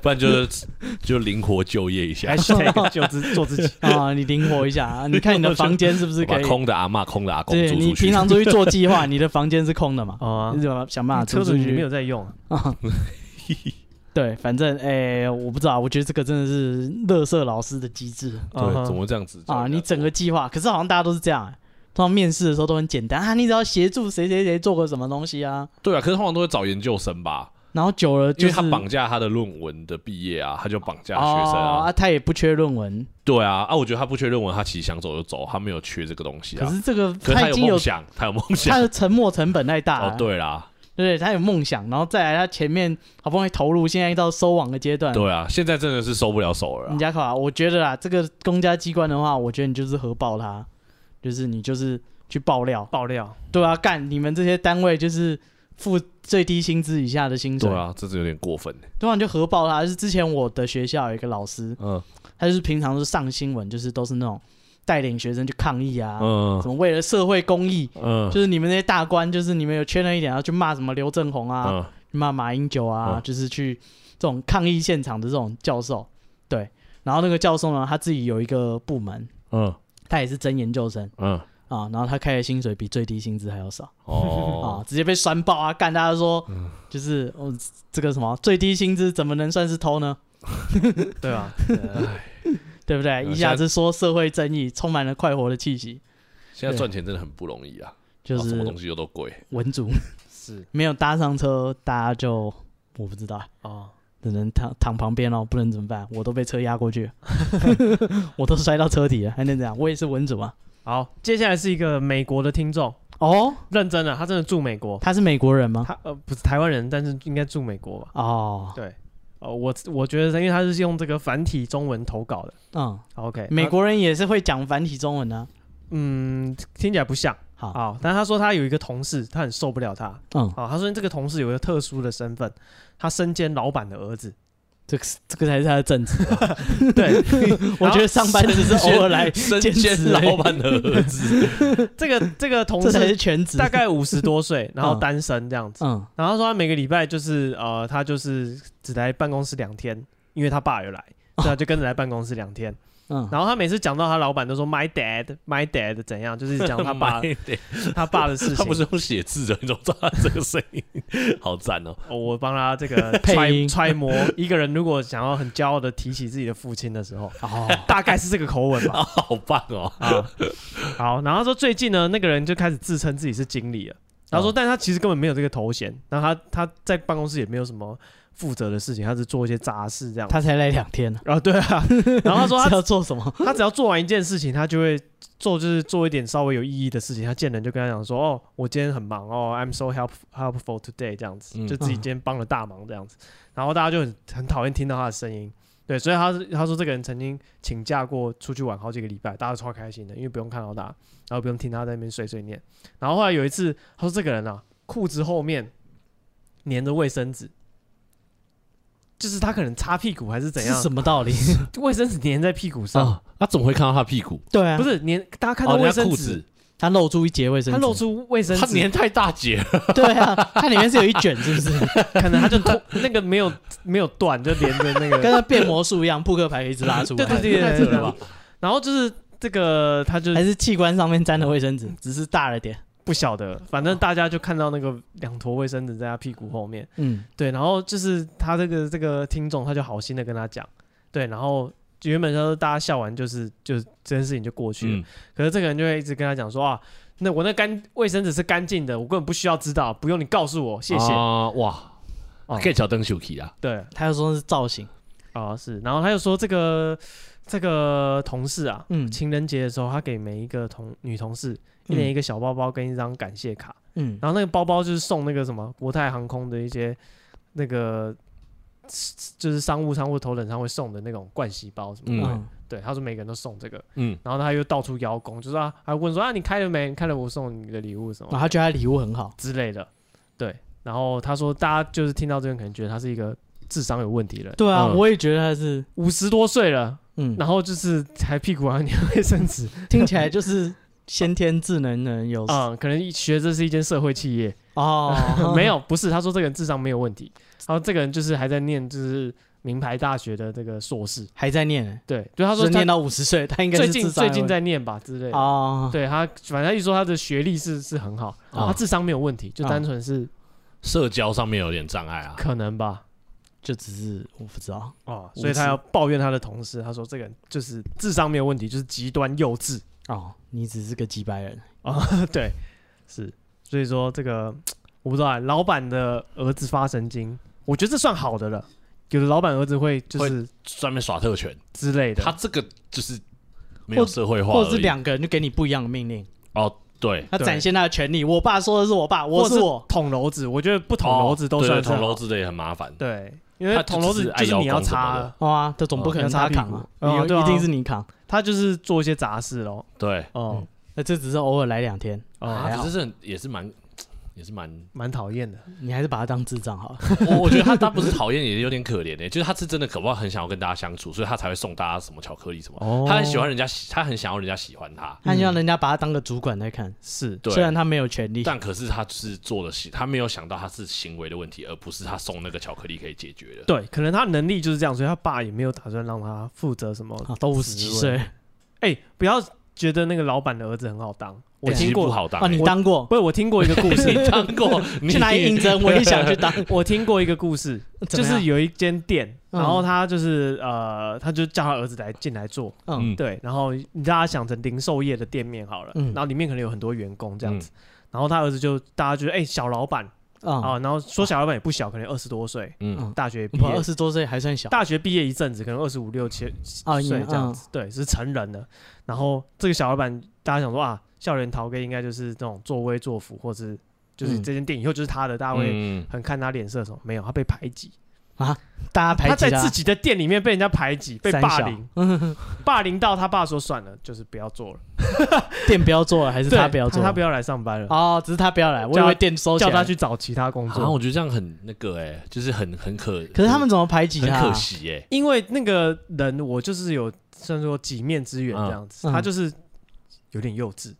不然就是 就灵活就业一下还，是 take 就自做自己？啊，你灵活一下啊！你看你的房间是不是可把以？空的阿嬷、空的阿公对，租你平出去。常出去做计划，你的房间是空的嘛？哦你怎么想办啊，法车租子出你没去有在用啊，啊？对，反正哎、我不知道，我觉得这个真的是乐色老师的机制嗯对，哼怎么会这样子啊！你整个计划，可是好像大家都是这样、欸，通常面试的时候都很简单啊，你只要协助谁谁谁做个什么东西啊，对啊，可是通常都会找研究生吧，然后久了因就为是他绑架他的论文的毕业啊，他就绑架学生哦啊。啊，他也不缺论文，对啊，啊，我觉得他不缺论文，他其实想走就走，他没有缺这个东西可啊。是这个可是他已有经有梦想，他有梦他想。的沉没成本太大了、哦，对啦，对，他有梦想，然后再来他前面好不容易投入，现在到收网的阶段，对啊，现在真的是收不了手了啊你。嗯家考啊，我觉得啊，这个公家机关的话，我觉得你就是核爆他，就是你就是去爆料，爆料对啊，干你们这些单位就是付最低薪资以下的薪水，对，啊，这是有点过分。对啊，你就核爆他。就是之前我的学校有一个老师，嗯他就是平常是上新闻，就是都是那种带领学生去抗议啊，嗯什么为了社会公益，嗯就是你们那些大官，就是你们有缺了一点，然后去骂什么刘正宏啊，嗯，骂马英九啊，嗯就是去这种抗议现场的这种教授，对。然后那个教授呢，他自己有一个部门，嗯他也是真研究生嗯，啊，然后他开的薪水比最低薪资还要少啊哦，，嗯直接被酸爆啊！干大家说，就是哦，这个什么最低薪资怎么能算是偷呢？对啊，对不对？嗯一下子说社会正义，充满了快活的气息，现在赚钱真的很不容易啊，啊就啊什么是东西又都 贵。文主是没有搭上车，大家就我不知道，哦，只能躺躺旁边哦，不能怎么办？我都被车压过 去了， 我都摔到车底了，还能怎样？我也是文主啊。好，接下来是一个美国的听众，哦，认真了，他真的住美国，他是美国人吗？他呃不是台湾人，但是应该住美国吧？哦，对，哦，我我觉得因为他是用这个繁体中文投稿的嗯， ，OK，美他国人也是会讲繁体中文的、嗯听起来不像好啊，但他说他有一个同事，他很受不了他，嗯，啊，他说这个同事有一个特殊的身份，他身兼老板的 儿子，这个是这个才是他的正职。啊 对， 我觉得上班只是偶尔来，身兼兼职欸老板的儿子，这个这个同 这才事是全职。大概五十多岁，然后单身这样子。嗯，然后他说他每个礼拜就是呃，他就是只来办公室两天，因为他爸有来，哦所以他就跟着来办公室两天。嗯然后他每次讲到他老板都说 my dad my dad 怎样，就是讲他爸 妈耶他爸的事他不情。是用写字的，你怎么知道他这个声音？好赞 哦！哦我帮他这 个配揣音揣摩，一个人如果想要很骄傲的提起自己的父亲的时候，哦，大概是这个口 吻吧。好棒哦！啊，好，然后他说最近呢，那个人就开始自称自己是经理了，然后说，但他其实根本没有这个头衔，然后他他在办公室也没有什么负责的事情，他是做一些杂事这样。他才来两天呢，啊，对啊，然后他说是他要做什么？他只要做完一件事情，他就会做就是做一点稍微有意义的事情。他见人就跟他讲说，哦，我今天很忙哦，I'm so help helpful today 这样子，嗯就自己今天帮了大忙这样子。然后大家就很很讨厌听到他的声音，对，所以他是他说这个人曾经请假过出去玩好几个礼拜，大家超开心的，因为不用看到他，然后不用听他在那边碎碎念。然后后来有一次，他说这个人啊，裤子后面粘着卫生纸。就是他可能擦屁股还是怎样是，什么 道理？卫生纸粘在屁股上，啊，他怎么会看到他屁股？对啊，不是是粘，大家看到哦，卫人家生裤纸，子，他露出一截卫生纸，他露出卫生他纸年，太大姐了，对啊，它里面是有一卷，是不 是？可能他就脱那个没有没有断，就连着那跟个，那变魔术一样，扑克牌可以一直拉出对来，对对太对扯对对了吧？然后就是这个，他就还是器官上面沾的卫生纸，只是大了点。不晓得，反正大家就看到那个两坨卫生纸在他屁股后面，嗯，对，然后就是他这个这个听众，他就好心的跟他讲，对，然后原本他说大家笑完就是就是这件事情就过去了，嗯，可是这个人就会一直跟他讲说啊，那我那干卫生纸是干净的，我根本不需要知道，不用你告诉我，谢谢，啊哇哦，可以小灯秀气啊，对，他又说是造型，啊，是，然后他又说这个这个同事啊，嗯情人节的时候，他给每一个同女同事一人一嗯个小包包跟一张感谢卡，嗯，然后那个包包就是送那个什么国泰航空的一些那个就是商务舱或头等舱会送的那种盥洗包什么的，嗯对，他说每个人都送这个，嗯，然后他又到处邀功，就是啊，还问说啊你开了没？你开了我送你的礼物什么然后他觉得他礼物很好，之类的，对，然后他说大家就是听到这边可能觉得他是一个智商有问题的人，对啊，嗯我也觉得他是，五十多岁了。嗯，然后就是还屁股还粘卫生 纸，听起来就是先天智能人 有嗯，可能一学这是一间社会企业，哦 没有，不是，他说这个人智商没有问题，然后这个人就是还在念就是名牌大学的这个硕士，还在念欸，对，对，他他说他念到五十岁，他应该最是近智障最近在念吧之类的，哦，对他反正一说他的学历是是很好，啊哦他智商没有问题，就单纯是社交上面有点障碍啊，可能吧。就只是我不知道，哦，无所以他知要抱怨他的同事，他说这个人就是智商没有问题，就是极端幼稚。哦，你只是个几百人，对，是，所以说这个我不知道、啊，老板的儿子发神经，我觉得这算好的了。有的老板儿子会就是专门耍特权，之类的，他这个就是没有社会化而已，或者是两个人就给你不一样的命令，哦，对，他对展现他的权利。我爸说的是我爸，我或是是我，捅娄子，我觉得不捅娄子都对算哦对是啊捅好娄，子的也很麻烦，对，因为他捅就娄只子是爱就是你邀要功什么擦的了，哦啊，这总不可能他扛啊，要擦屁股哦你对啊一定是你扛。他就是做一些杂事咯。对，哦那这只是偶尔来两天，哦，啊还好可是这也是蛮也是蛮蛮讨厌的。你还是把他当智障好了。 我我觉得他他不是讨厌，也有点可怜的、就是他是真的渴望很想要跟大家相处，所以他才会送大家什么巧克力什么。哦他很喜欢人家喜，他很想要人家喜欢他，他希望人家把他当个主管在看，是对虽然他没有权利。但可是他就是做了行，他没有想到他是行为的问题，而不是他送那个巧克力可以解决的。对，可能他能力就是这样，所以他爸也没有打算让他负责什么。啊，都五十几职位岁哎，不要觉得那个老板的儿子很好当，我欸其听实不过，好当、啊，你欸当过？不是我听过一个故事， 你当 过，你去哪里应征？我也想去当。我听过一个故事，怎就么样是有一间店，嗯然后他就是、呃，他就叫他儿子来进来做，嗯对，然后你大家想成零售业的店面好了，嗯然后里面可能有很多员工这样子，然后他儿子就大家觉得哎、小老板啊，啊，然后说小老板也不小，可能二十多岁，嗯，嗯大学毕我二业，十多岁还算小大学毕业一阵子，可能二十五六七啊，你岁们这样子，对，是成人的。然后这个小老板，大家想说啊，校园陶哥应该就是这种作威作福，或是就是嗯这间店以后就是他的，大家会嗯，很看他脸色什么，没有，他被排挤。嗯大家排他挤在自 己的店里面被人家排挤、被三霸小 凌，霸凌到他爸说算了，就是不要做了，店不要做了，还是对他不要做？他不要来上班了，哦，只啊是他不要来，我以叫为他店收起叫来他。去找其他工好像作。嗯啊我觉得这样很那个哎、就是很很可，可是他们怎么排挤很他可啊？惜哎、因为那个人，我就是有算说几面之缘这样子，嗯他就是有点幼稚，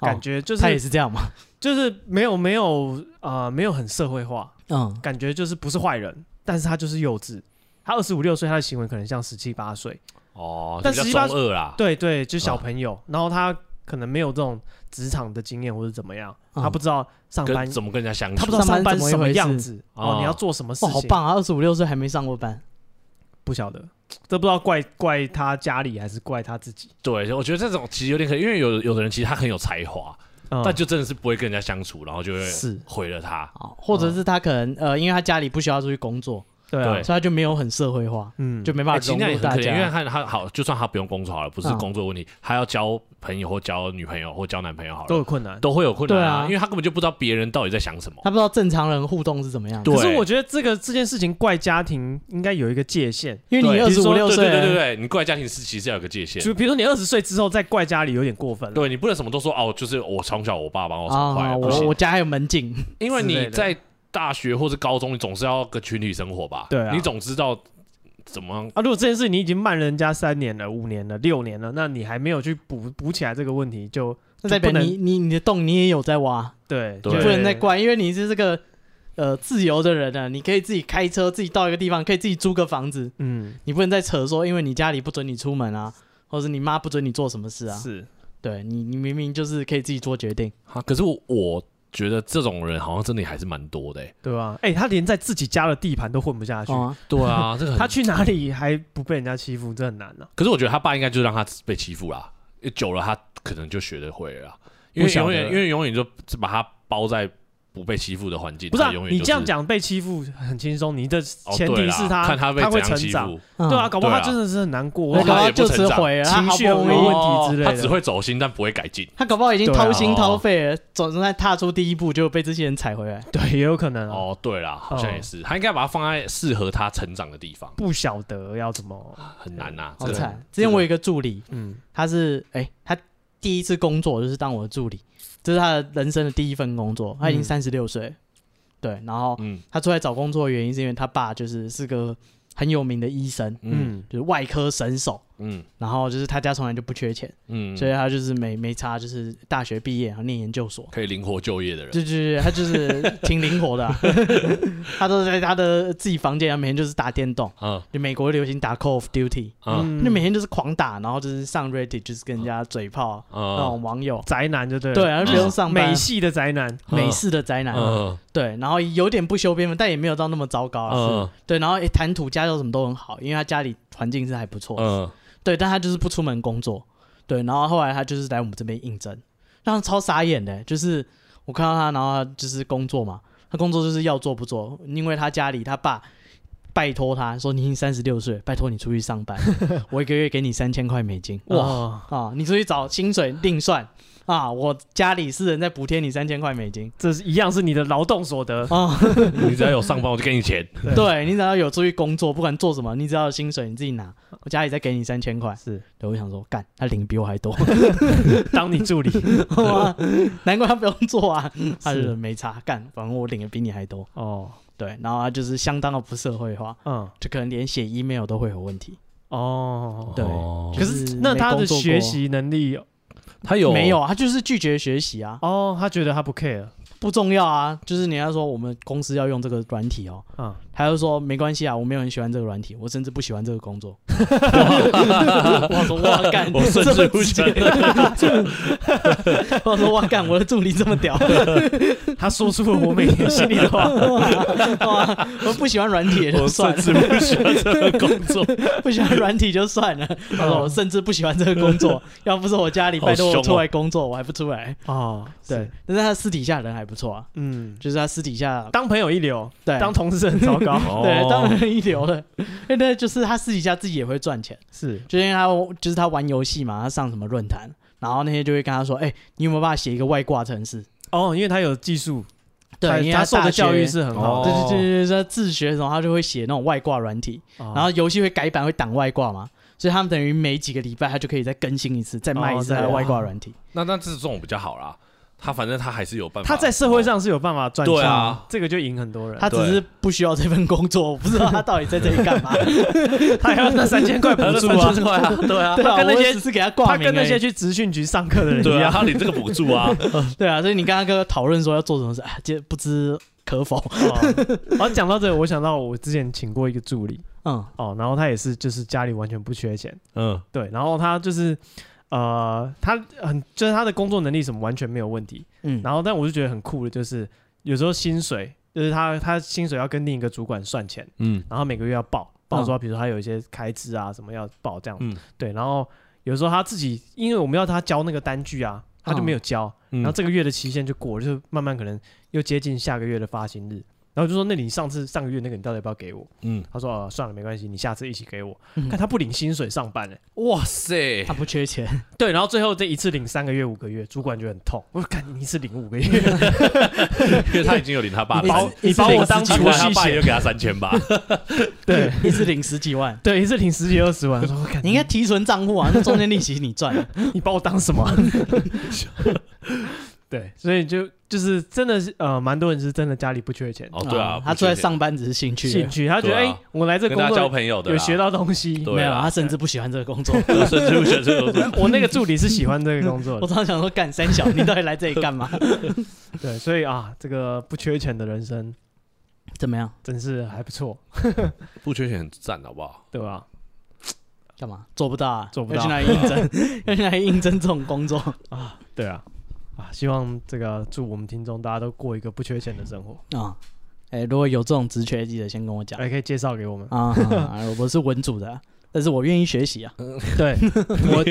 哦感觉就他也是是这样嘛？就是没有没有啊，没有很社会化，嗯，感觉就是不是坏人，但是他就是幼稚。他二十五六岁，他的行为可能像十七八岁，哦，但比较实际上中二啦，啊对对，就小朋友。然后他可能没有这种职场的经验或者怎么样，嗯他不知道上班跟，怎么跟人家相他不知处道上班上班怎是什么么一回事样子哦哦，你要做什么事哇，情，好棒啊！二十五六岁还没上过班，不晓得，这不知道怪怪他家里还是怪他自己，对，我觉得这种其实有点可惜，因为有有的人其实他很有才华，嗯但就真的是不会跟人家相处，然后就会是毁了他。啊，或者是他可能呃，因为他家里不需要出去工作，对啊对所以他就没有很社会化，嗯，就没哎办法其实融那也入很可大怜，因为家。他他好，就算他不用工作好了，不是嗯工作问题，他要交朋友或交女朋友或交男朋友好都了，有困难。都会有困难对啊因为他根本就不知道别人到底在想什么。他不知道正常人互动是怎么样的，对可是我觉得这个这件事情怪家庭应该有一个界限，因为你对二比如十说五六对岁，对对对对，你怪家庭是其实要有个界限，就比如说你二十岁之后再怪家里有点过分了。对你不能什么都说哦，就是我从小我爸把我宠坏啊，了，不行我，我家还有门禁，因为之类你的在大学或是高中，你总是要个群体生活吧？对啊你总知道怎么样。啊，如果这件事你已经慢人家三年了、五年了、六年了，那你还没有去补补起来这个问题，就 那代表就不能你你你的洞你也有在挖，对，对你就不能再怪，因为你是这个呃自由的人啊，你可以自己开车，自己到一个地方，可以自己租个房子，嗯，你不能再扯说，因为你家里不准你出门啊，或者是你妈不准你做什么事啊，是对你你明明就是可以自己做决定，啊可是我我觉得这种人好像真的还是蛮多的、欸。对吧？哎，他连在自己家的地盘都混不下去，哦、对啊，这个他他，去哪里还不被人家欺负，这很难啊。可是我觉得他爸应该就是让他被欺负啦，久了他可能就学得会了啦，因为不晓永得远因为永远就把他包在不被欺负的环境，不是啊他永，远你就这样，讲被欺负很轻松，你的哦前提对啦是看他被他怎会样成欺长，负，嗯对啊，，搞不好他对啊真的是很难过那对搞啊啊，不他好也不就此成长毁了，他情好绪不有问容易题之类哦他只的。会走心，但不会改进。他搞不好已经对啊掏心哦掏肺了，总是在踏出第一步就被这些人踩回来。对，也有可能啊，哦，对啦，好像也是，他应该把它放在适合他成长的地方，不晓得要怎么，很难啊呐、这好个惨！之前我有一个助理，嗯他是哎、他第一次工作就是当我的助理，这是他的人生的第一份工作，他已经嗯三十六岁了，对，然后嗯他出来找工作的原因是因为他爸就是是个很有名的医生，嗯嗯，就是外科神手，嗯然后就是他家从来就不缺钱，嗯，所以他就是没没差，就是大学毕业然后念研究所， 可以灵活就业的人，对对对，他就是挺灵活的啊、 他都在他的自己房间，他每天就是打电动。嗯就美国流行打 Call of Duty，嗯那每天就是狂打，然后就是上 Reddit 就是跟人家嘴炮，啊那嗯种网友，宅男就对了，对，然后就不是用上班美，系的宅男，嗯美式的宅男，嗯对，然后有点不修边幅，但也没有到那么糟糕啊，嗯是对，然后诶谈吐、家教什么都很好，因为他家里环境是还不错，嗯， 对，但他就是不出门工作，对，然后后来他就是来我们这边应征，让他超傻眼的，就是我看到他，然后他就是工作嘛，他工作就是要做不做，因为他家里他爸。拜托他说你已经三十六岁，拜托你出去上班，我一个月给你三千块美金。哇，哇，啊，你出去找薪水另算啊，我家里私人再补贴你三千块美金这是一样是你的劳动所 得，啊。你只要有上班，我就给你钱。对你只要有出去工作，不管做什么，你只要有薪水你自己拿，我家里再给你三千块。是对，我想说，干他领比我还多， 当你助理，哇难怪他不用做啊，他就是是没差干，反正我领的比你还多。哦，对，然后他就是相当的不社会化，嗯，就可能连写 email 都会有问题。哦，对哦可就是是那没他的工作过学习能力，他有没有？啊？他就是拒绝学习啊，哦，他觉得他不 care，不重要啊。就是人家说我们公司要用这个软体哦，嗯，他就说没关系啊，我没有很喜欢这个软体，我甚至不喜欢这个工 作。我说哇干，我甚至不喜欢这么直接我说哇干，我的助理这么 屌，他说出了我每天心里的 话，哇我不喜欢软体也就我算甚了，至不喜欢这个工作，哦不喜欢软体就算了。他说我甚至不喜欢这个工作，要不是我家里拜托好凶我哦出来工作，我还不出来。哦，对是，，但是他私底下人还不错啊，嗯，就是他私底下当朋友一流，对哦当同事很糟糕，哦对当然一流了，因为那就是他私底下自己也会赚钱。是，就因为他就是他玩游戏嘛，他上什么论坛，然后那些就会跟他说，哎、你有没有办法写一个外挂程式？哦，因为他有技术，他对，因为他哦受大的学哦教育是很好的，对对对对，对他自学的时候他就会写那种外挂软体，哦然后游戏会改版会挡外挂嘛，所以他们等于每几个礼拜他就可以再更新一次，再卖一次哦他的对外挂软体。那那这种比较好啦。他反正他还是有办法，他在社会上是有办法赚对钱啊，这个就赢很多人，他只是不需要这份工作，我不知道他到底在这里 干嘛。他还要那三千块补 他助三啊，千块啊，对啊对，他啊，跟那我些只是给他挂他名而已，跟那些去职训局上课的人一对啊，样，他领这个补 助啊，对啊，所以你刚刚跟他讨论说要做什么事，哎，这不知可否？哦，然后讲到这个，我想到我之前请过一个助理嗯哦，然后他也是就是家里完全不缺钱，嗯对，然后他就是呃，他很就是他的工作能力什么完全没有问题。嗯，然后，但我就觉得很酷的，就是有时候薪水，就是他他薪水要跟另一个主管算钱，嗯，然后每个月要报报说，比如说他有一些开支啊什么要报这样子。嗯对，然后有时候他自己，因为我们要他交那个单据啊，他就没有交，嗯然后这个月的期限就过了，就慢慢可能又接近下个月的发行日。然后就说：“那你上次上个月那个你到底要不要给我嗯？”，他说：“呃，算了，没关系，你下次一起给我。嗯看他不领薪水上班嘞、欸哇 塞他，不缺钱，对，然后最后这一次领三个月、五个月，主管就很痛。我说：“看你一次领五个月，因为他已经有领他爸你的把钱我，你把我当几储万他蓄爸也险就，给他三 千吧。对， 一次领十几万，对，一次领十几二十万。”我 说：“看 你应该提存账户啊，那中间利息你赚。你把我当 什么？对，所以就就是真的是呃，蛮多人是真的家里不缺钱，哦，对啊，他不出来缺钱上班只是兴趣而已，兴趣，他觉得哎、对啊诶我来这跟工他交作朋友的啦，有学到东西。对没有，啊他甚至不喜欢这个工 作。有甚 至不学这个 东西我那个助理是喜欢这个工作 的，我常常想说，干三小，你到底来这里干嘛？对，所以啊，这个不缺钱的人生怎么样？真是还不错，不缺钱很赞，好不好？对吧？干嘛？做不到啊，做不到要去哪里应 征？要去哪里应征这种工作？啊，对啊，啊，希望这个祝我们听众大家都过一个不缺钱的生活，哎啊，哎、如果有这种职缺，记得先跟我哎讲啊还可以介绍给我们。啊。啊我不是文组的啊，但是我愿意学习啊。对 我，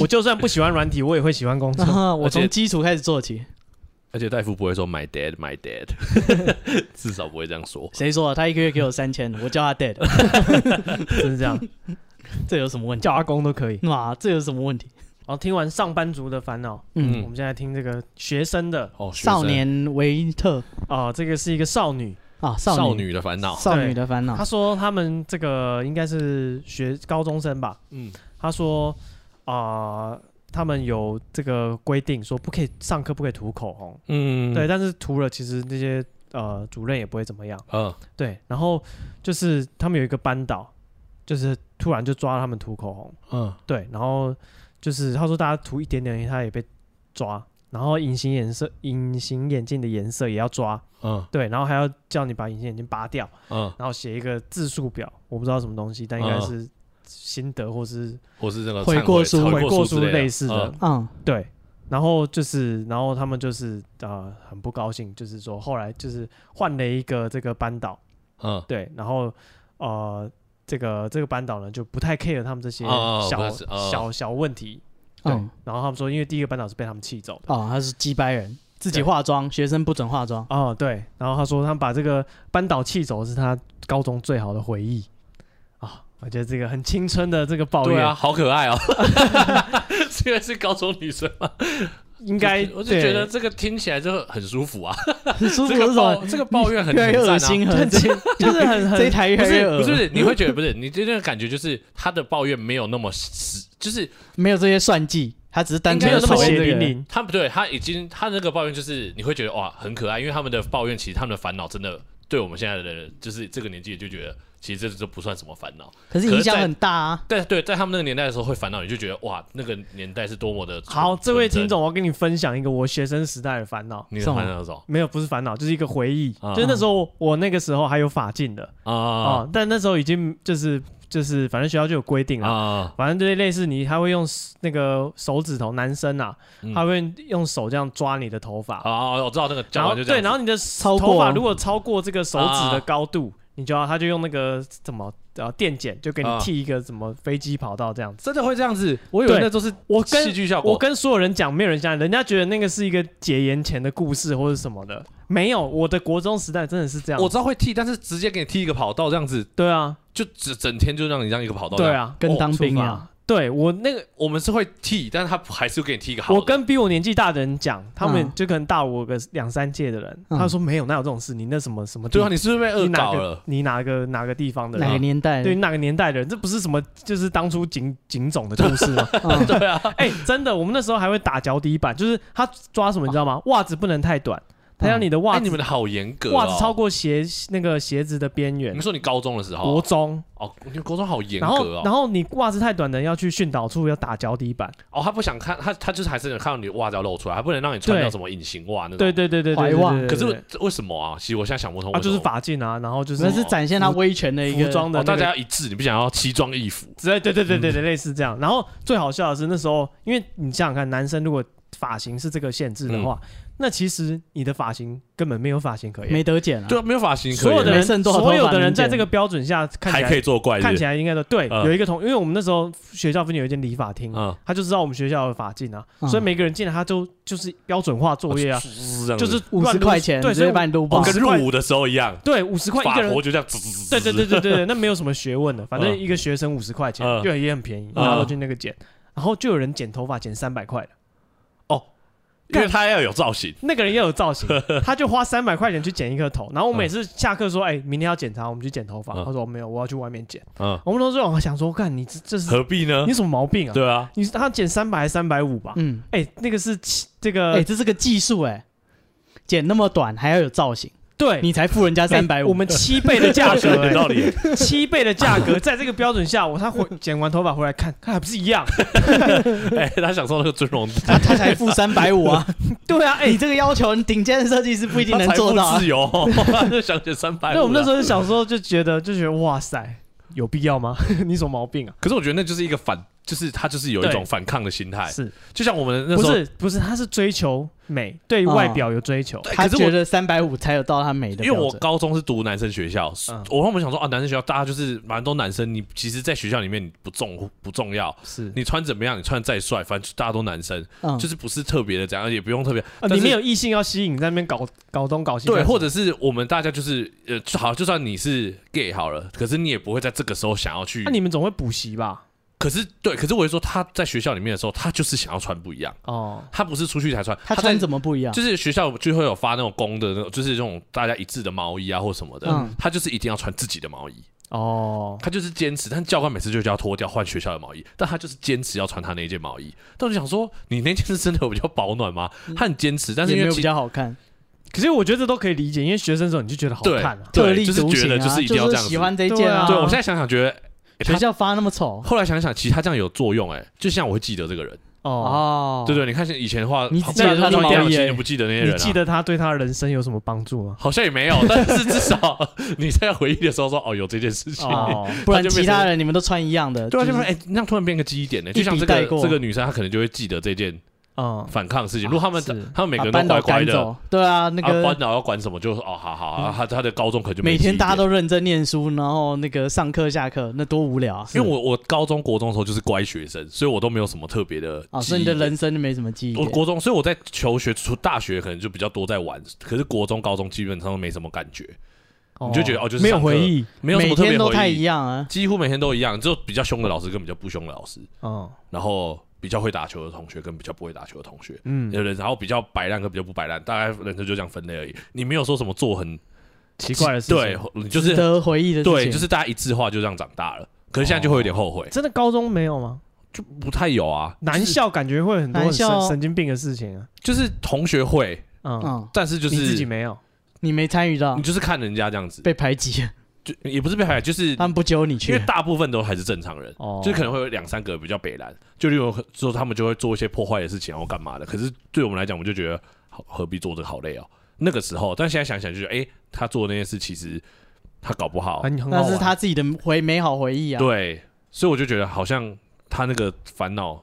我就算不喜欢软体，我也会喜欢工作。啊， 我而且从基础开始做起。而且戴夫不会说 my dad my dad，至少不会这样说。谁说啊他一个月给我三千，我叫他 dead，就是这样，这有什么问题叫？阿公都可以。哇，这有什么问题？好，哦听完上班族的烦恼，嗯，我们现在听这个学生的哦，学生少年维特啊、这个是一个少女，啊，少女女的烦恼，少女的烦恼她。说他们这个应该是学高中生吧，嗯，她说啊、他们有这个规定说不可以上课不可以涂口红，嗯对，，但是涂了其实那些呃主任也不会怎么样，嗯，对，然后就是他们有一个班导，就是突然就抓他们涂口红，嗯，对，然后就是他说大家涂一点点，他也被抓。然后隐形颜色、隐形眼镜的颜色也要抓，嗯，对，然后还要叫你把隐形眼镜拔掉，嗯，然后写一个字数表，我不知道什么东西，但应该嗯是心得或是或是这个悔忏过书悔悔过书书之类似的嗯嗯，对。然后就是，然后他们就是呃很不高兴，就是说后来就是换了一个这个班导，嗯，对，然后呃这个这个班导呢就不太 care 他们这些哦哦哦小、不太是哦小小问题，对。嗯，然后他们说，因为第一个班导是被他们气走的。哦，他是鸡掰人，自己对化妆，学生不准 化妆。哦，对，然后他说他们把这个班导气走是他高中最好的回忆啊、我觉得这个很青春的这个抱对怨，啊，好可爱哦，虽然是高中女生嘛，应该我就觉得对这个听起来就很舒服啊，很舒服这是个什么抱？这个抱怨很啊越来越恶心，很很就是很这一台越赞啊，不来越是恶不是，你会觉得不是，你这个感觉就是他的抱怨没有那么实，就是 没有这些算计，他只是单应纯该的有这么讨厌血这淋个人。淋，他不对，他已经他那个抱怨就是你会觉得哇很可爱，因为他们的抱怨其实他们的烦恼真的对我们现在的人就是这个年纪就觉得其实这这不算什么烦恼，可是影响很大啊。但对，在他们那个年代的时候会烦恼，你就觉得哇那个年代是多么的纯好，这位听，纯众，我要跟你分享一个我学生时代的烦恼。真你的烦恼是什么没有，不是烦恼，就是一个回忆。啊就是那时候我那个时候还有法镜的啊啊，但那时候已经就是就是，反正学校就有规定啊。啊反正就是类似你，他会用那个手指头，男生啊，嗯他会用手这样抓你的头发，啊！我知道那个然讲后完就这对，样子，然后你的超过头发如果超过这个手指的啊高度，你就要他就用那个什么呃电剪，就给你啊剃一个什么飞机跑道这样子。真的会这样子，我以为那都是我跟戏剧效果，我跟所有人讲，没有人相信，人家觉得那个是一个解严前的故事或者什么的。没有，我的国中时代真的是这样。我知道会剃，但是直接给你剃一个跑道这样子，对啊，就整整天就让你这样一个跑道这对样，啊，跟当兵一样哦处罚对我那个，我们是会剃，但是他还是会给你剃一个好的。我跟比我年纪大的人讲，他们嗯就可能大我个两三届的人，嗯他说没有，哪有这种事？你那什么什么地？对啊，你是不是被恶你哪搞个了？你哪个哪个地方的哪个人？年代？对，哪个年代的人？这不是什么，就是当初警警总的故事 吗？嗯对啊，哎、真的，我们那时候还会打脚底板，就是他抓什么，你知道吗？袜子不能太短，他要你的袜哎，子，你们的好严格哦，袜子超过鞋那个鞋子的边你缘们。说你高中的时候国啊，中，哦，你们国中好严然格后哦。然后你袜子太短的要去训导处要打脚底板，哦，他不想看，他他就是还是想看到你的袜子要露出来，他不能让你穿到什么隐形袜那种。对对对对对怀对袜对对哦可对是为什么啊？其实我现在想不通为啊什就么，是法镜啊，然后就是那是展现他威权的一个服装的哦，那大个家要一致，你不想要奇装异服，之类，对对对嗯对对，类似这样。然后最好笑的是那时候，因为你想想看，男生如果发型是这个限制的话，那其实你的发型根本没有发型可言嗯没。得剪啊。对啊，没有发型可所有的以没人，剩多少头发所有的人在能剪这个标准下看起还可来以作怪，看起来，来应该都对。嗯有一个同，因为我们那时候学校附近有一间理发厅，嗯，他就知道我们学校的发镜啊，嗯所以每个人进来他都就是标准化作业啊，是这样就子，是五乱十撸块钱对，直所以接把你撸爆哦， 50，跟块入伍的时候一样，对五十块一法个人国。就这样，对对对对对对，那没有什么学问的，反正一个学生五十块钱，嗯对，也很便宜，嗯然后就去那个剪，然后就有人剪头发剪三百块的，因为他要有造型，那个人要有造 型，他就花三百块钱去剪一个头，然后我每次下课说，哎，明天要检查，我们去剪头发，嗯他说没有，我要去外面剪，嗯，我们都说我想说，看你这这是何必呢你？什么毛病啊？对啊，你他剪三百还三百五吧？嗯，哎，那个是七这哎，个这是个技术哎，剪那么短还要有造型，对你才付人家哎三百五，我们七倍的价格，有哎道理，七倍的价格，在这个标准下，我他回剪完头发回来看，看还不是一样？哎，他享受那个尊荣，他他才付三百五 啊，对啊，哎、你这个要求，顶尖的设计师不一定能做到他财富啊自。由， 他就想减三百。那我们那时候，候小时候就觉得， 就觉得哇塞，有必要吗？ 你什么毛病啊？可是我觉得那就是一个反，就是他就是有一种对反抗的心态，是就像我们哎那不时候。是不是？他是追求美，对外表有追求。对他可是我觉得三百五才有到他美的因为标我准，高中是读男生学校，嗯我我们想说啊，男生学校大家就是蛮多男生，你其实，在学校里面你不重不重要，是你穿怎么样，你穿得再帅，反正大家都男生，嗯就是不是特别的怎样，也不用特别。啊，但是里面有异性要吸引，在那边搞搞东搞西干对，什么，或者是我们大家就是呃，就好，就算你是 gay 好了，可是你也不会在这个时候想要去。那、啊你们总会补习吧？可是对，可是我会说他在学校里面的时候，他就是想要穿不一样，哦，他不是出去才穿，他在穿怎么不一样？就是学校就会有发那种公的那种，就是这种大家一致的毛衣啊或什么的，嗯他就是一定要穿自己的毛衣，哦，他就是坚持。但教官每次就叫他脱掉换学校的毛衣，但他就是坚持要穿他那一件毛衣。但我就想说，你那件是真的有比较保暖吗？他很坚持，但嗯是也因没为有其比较好看，可是我觉得这都可以理解，因为学生的时候你就觉得好对看啊。特对，立就是独觉行得啊，就是一定要这样是子。喜欢这一件啊。对对我现在想想觉得，欸学他校发那么丑后来想想，其实他这样有作用、欸，哎，就像我会记得这个人，哦，哦，对对，你看现在以前的话，你好只记得那他的那毛衣以前而已也不记得那些你人、啊，记得他对他的人生有什么帮助吗？好像也没有，但是至少 你在回忆的时候说，哦，有这件事情。 哦，不然他就其变成他人你们都穿一样的，对啊，呃就就是是哎、欸那样突然变个记忆点呢、笔就像这个带过这个女生，她可能就会记得这件嗯，反抗的事情。如果他们是他们每啊把个人班都导乖乖赶的，啊走，对啊，那个嗯班导要管什么，就说哦，好好啊，他他的高中可能就没每天记忆大家点都认真念书，然后那个上课下课，那多无聊啊！因为我我高中国中的时候就是乖学生，所以我都没有什么特别的啊，记所忆以你的点人生就没什么记忆我点。国中，所以我在求学除大学可能就比较多在玩，可是国中、高中基本上都没什么感觉，哦你就觉得哦就是没有上课回忆，没有什每么特天别都太回一忆，样啊。几乎每天都一样，只有比较凶的老师跟比较不凶的老师，嗯然后比较会打球的同学跟比较不会打球的同学，嗯，有人然后比较摆烂跟比较不摆烂，大概人生就这样分类而已。你没有说什么做很奇怪的事情，对，你就值是得回忆的事情，对，就是大家一致化就这样长大了。可是现在就会有点后悔，真的高中没有吗？哦就不太有啊。男校感觉会很多很男校神神经病的事情啊，就是同学会，嗯，嗯，但是就是你自己没有，你没参与到你，就是看人家这样子，被排 挤，就也不是被排，就是他们不揪你因去。为大部分都还是正常人，哦就是可能会有两三个比较北蓝，就例如说他们就会做一些破坏的事情，然后干嘛的。可是对我们来讲，我们就觉得好何必做这个好累哦。那个时候，但现在想想就觉得，哎、他做的那件事其实他搞不好，啊很很好那玩是他自己的回美好回忆啊。对，所以我就觉得好像他那个烦恼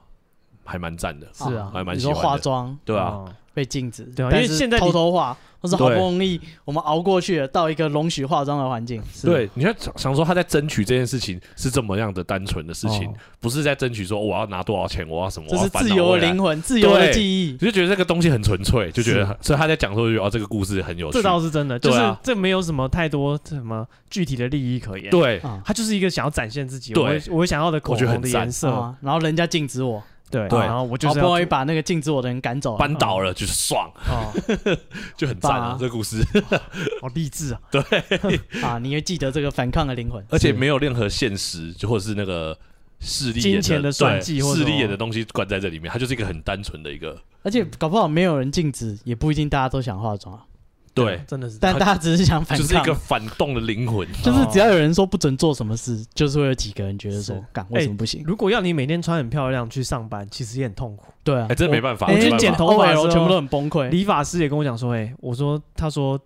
还蛮赞的，是啊还蛮你喜说欢的化妆对啊，哦被禁止，对啊但因为是现在你偷偷化，或是好不对容易我们熬过去了，到一个容许化妆的环境，对，你要想想说他在争取这件事情是这么样的单纯的事情，哦不是在争取说我要拿多少钱，我要什么，这我要是烦恼自由未的来灵魂，自由的记忆。就觉得这个东西很纯粹，就觉得，所以他在讲的时候就觉得哦，这个故事很有趣这。倒是真的，就是对啊这没有什么太多什么具体的利益可言，，对，啊他就是一个想要展现自己，对我会我会想要的口我觉得红很的赞颜色，啊然后人家禁止我，对，对然后我就好是不要容易做把那个禁止我的人赶走了， 扳倒了就是爽，哦，就很赞啊棒啊！这故事，好励志啊，啊，你会记得这个反抗的灵魂。而且没有任何现实，就或者是那个势力金眼钱的的算对计或势什么力眼的东西关在这里面，它就是一个很单纯的一个。而且搞不好没有人禁止，也不一定大家都想化妆啊。对，真的是这样，但大家只是想反就是一抗，个反动的灵魂。就是只要有人说不准做什么事，就是会有几个人觉得说哦是，哎干为什么不行？如果要你每天穿很漂亮去上班，其实也很痛苦。对啊哎，，真的没办法，我没去办法剪头发的时候 OL 全部都很崩溃。理发师也跟我讲说，哎、我说，他说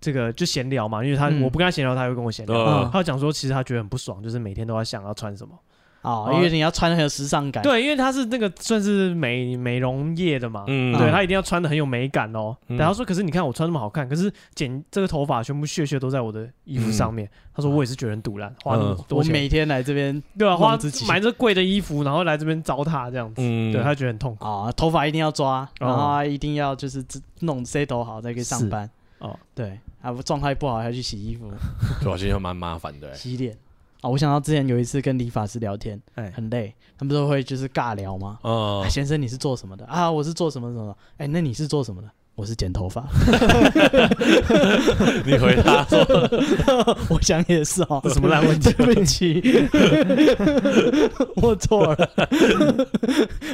这个就闲聊嘛，因为他、嗯我不跟他闲聊，他会跟我闲聊。嗯他讲说，其实他觉得很不爽，就是每天都要想要穿什么。哦哦，因为你要穿得很有时尚感。对，因为他是那个算是美美容业的嘛，嗯，对嗯他一定要穿的很有美感哦。嗯然后说，可是你看我穿那么好看，可是剪这个头发全部屑屑都在我的衣服上面。他说我也是觉得很堵然，花那么嗯多我钱，每天来这边对啊，花弄自己买这贵的衣服，然后来这边糟蹋这样子，嗯对他觉得很痛苦。啊，头发一定要抓，哦然后啊一定要就是自弄 C 头好才可以上班。哦，对，啊，不状态不好还要去洗衣服、对我觉得蛮麻烦 的。哎洗脸。啊，我想到之前有一次跟理发师聊天，哎很累，他们都会就是尬聊嘛。哦嗯啊，，先生你是做什么的啊？我是做什么什么的。哎，那你是做什么的？我是剪头发。你回答说 我想也是哦，这什么烂问题啊对不起，我错了。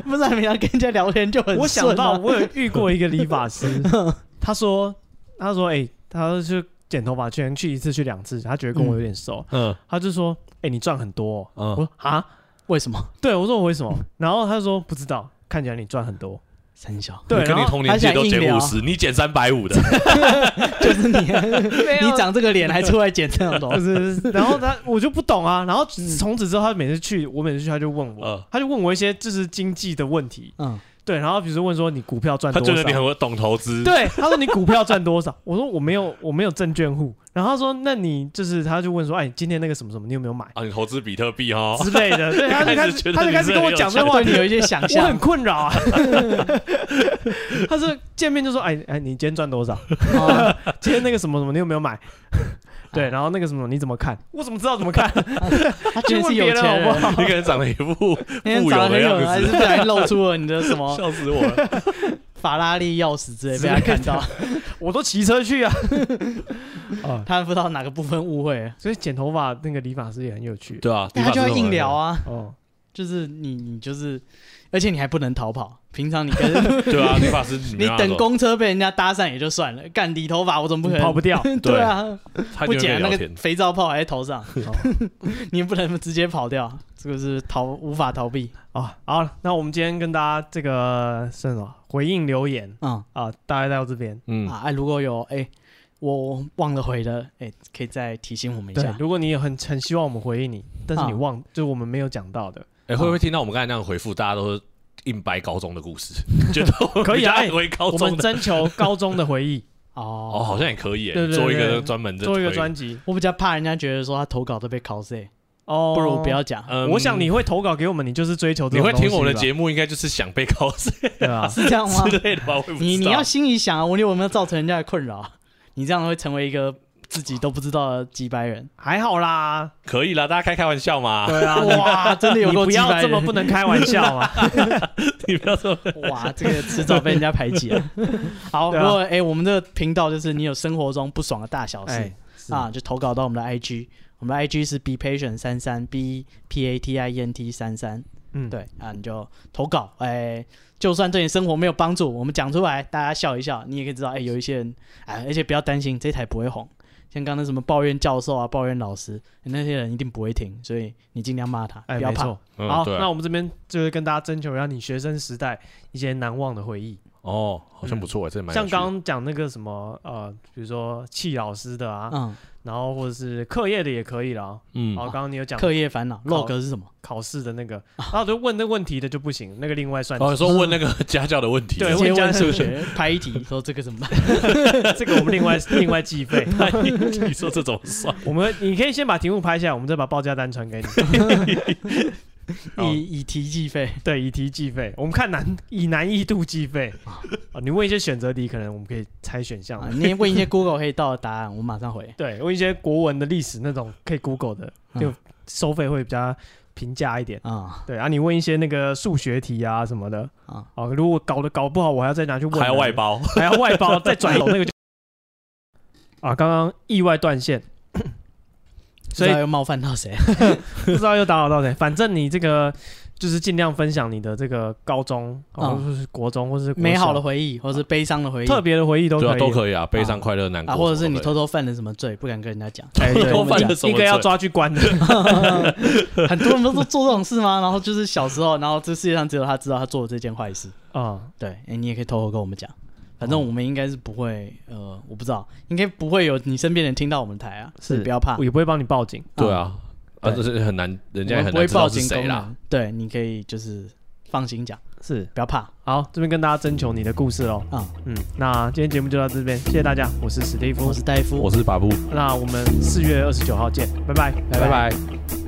不是，平常跟人家聊天就很哎我想顺啊到我有遇过一个理发师，他说他说哎、他就剪头发，居然去一次去两次，他觉得跟我有点熟，嗯他就说哎、你赚很多哦、嗯我说啊，为什么对我说我为什么？然后他就说不知道，看起来你赚很多，三小对， 你跟然你后同年纪他都想硬减聊五十，你减三百 五的，就是你，有你长这个脸还出来剪这样就多，是，然后他我就不懂啊，然后从此之后他每次去，我每次去他就问我嗯，他就问我一些就是经济的问题，嗯，对，然后比如说问说你股票赚他多觉得少你。很会懂投资。对，他说你股票赚多少？我说我没有，我没有证券户。然后他说，那你就是，他就问说，哎，今天那个什么什么，你有没有买啊，你投资比特币哦，之类的？ 对，他就开开始始，觉得他就你开始是跟我很有讲这钱个话对你题，有一些想我很象，困扰啊。 他是见面就说，哎哎，你今天赚多少？ 哦今天那个什么什么，你有没有买？对，然后那个什么你怎么看？我怎么知道怎么看？ 他居然是有去钱问别人好人， 你可能长得一副 那天富长得有的很有样 人，还是子，不小心露出了你的什么笑死 我了。法拉利钥匙之类，被他看 到，我都骑车去啊。啊，他不知道哪个部分误会了， 所以剪头发那个理发师也很有趣。对啊，他就要硬聊。啊，哦，就是你你就是，而且你还不能逃跑，平常你 跟对啊，理发 师你等，公车被人家搭讪也就算了，干理头发我怎么不可能 跑不？掉。对啊，他不就会剪那聊个天。肥皂泡还在头上，哦你不能直接跑掉， 这个是逃无法逃避啊，好了，那我们今天跟大家这个是什么回应留言啊啊，大概到这边。嗯，啊！哎，如果有哎我忘了回的，哎，可以再提醒我们一对下，。如果你有很很希望我们回应你，但是你啊忘，就是我们没有讲到的，哎，哦会不会听到我们刚才那样回复，大家都是硬掰高中的 故事？觉得我们可以啊哎比较爱回高我们哦中的征求高中的回忆，哦，哦，好像也可以耶对对，对做一个专门的，做一个专辑我比较怕人家觉得说他投稿都被 cos，哦。不如不。要 讲，嗯我想你会投稿给我们，你就是追求这你种会听我们的东西节目，应该就是想被高之吧对吧？是这样吗？类的吧？我也不知道你你要心里想啊，我有没有造成人家的困扰？你这样会成为一个自己都不知道的几百人。还好啦， 可以啦，大家开开玩笑嘛。对啊，哇， 真的有你够不鸡要掰这么人不能开玩笑 嘛。你不要说，哇，这个迟早被人家排挤啊。 好，对如啊果哎，我们的频道就是你有生活中不爽的大小事哎，啊，就投稿到我们的 IG，我们的 IG 是 be patient 三三 b p a t i e n t 三三，嗯，对啊，你就投稿，哎，就算对你生活没有帮助，我们讲出来，大家笑一笑，你也可以知道，哎，有一些人，哎，而且不要担心，这台不会红。像刚刚那什么抱怨教授啊，抱怨老师，那些人一定不会听，所以你尽量骂他，哎，不要没怕。错。嗯好，对啊那我们这边就是跟大家征求一下你学生时代一些难忘的回忆，哦，好像不错，这蛮有像趣的刚刚讲那个什么呃，比如说气老师的啊，嗯，然后或者是课业的也可以啦。嗯好，刚刚你有讲课业啊烦恼考，log 是什么？考试的那个，然后就问那问题的就不行，那个另外算。哦，你说问那个家教的问题，对直接问家问数学， 拍一题说这 个怎么办？ 这个我们另外另外计 费。 你说这怎么算？我们你可以先把题目拍下来，我们再把报价单传给你。以以题计 费，对，以题计费，我们看难以难易度计费。啊，你问一些选择题，可能我们可以猜选项啊。你也问一些 Google 可以到的答案，我马上回。对，问一些国文的历史那种可以 Google 的，就嗯收费会比较平价一点。啊对啊，你问一些那个数学题啊什么的，啊，哦，如果搞得搞不好，我还要再拿去问，还要外，包？还要外包，再转走那 个就。啊，刚刚意外断线，所所以以又冒犯到谁？不知道又打扰到谁。反正你这个就是尽量分享你的这个高中，哦、嗯或者是国中，或者是国美好小的回忆或是悲伤的回忆，啊特别的 回忆都对可啊，以，都可以啊，悲伤、快乐、难过啊，什么或者都可以，是你偷偷犯了什么罪，不敢跟人家讲。 哎对偷我们犯讲了什么一个要罪抓去 关的，很多人都做做这种事吗？然后就是小时候，然后这世界上只有他知道他做了这件坏事。啊、对，哎、你也可以偷偷跟我们讲。反哦正我们应该是不会，呃，我不知道，应该不会有你身边人听到我们台啊，所以是不要怕我，也不会帮你报警。对啊，啊，对这是很难，人我家也们很不难会知报道是警谁功啦。能。对，你可以就是放心讲，是，不要怕啊、好，这边跟大家征求你的故事喽。嗯，那今天节目就到这边，谢谢大家，我是史蒂夫我，是戴夫，我是巴布，那我们四月二十九号见，拜拜，拜拜。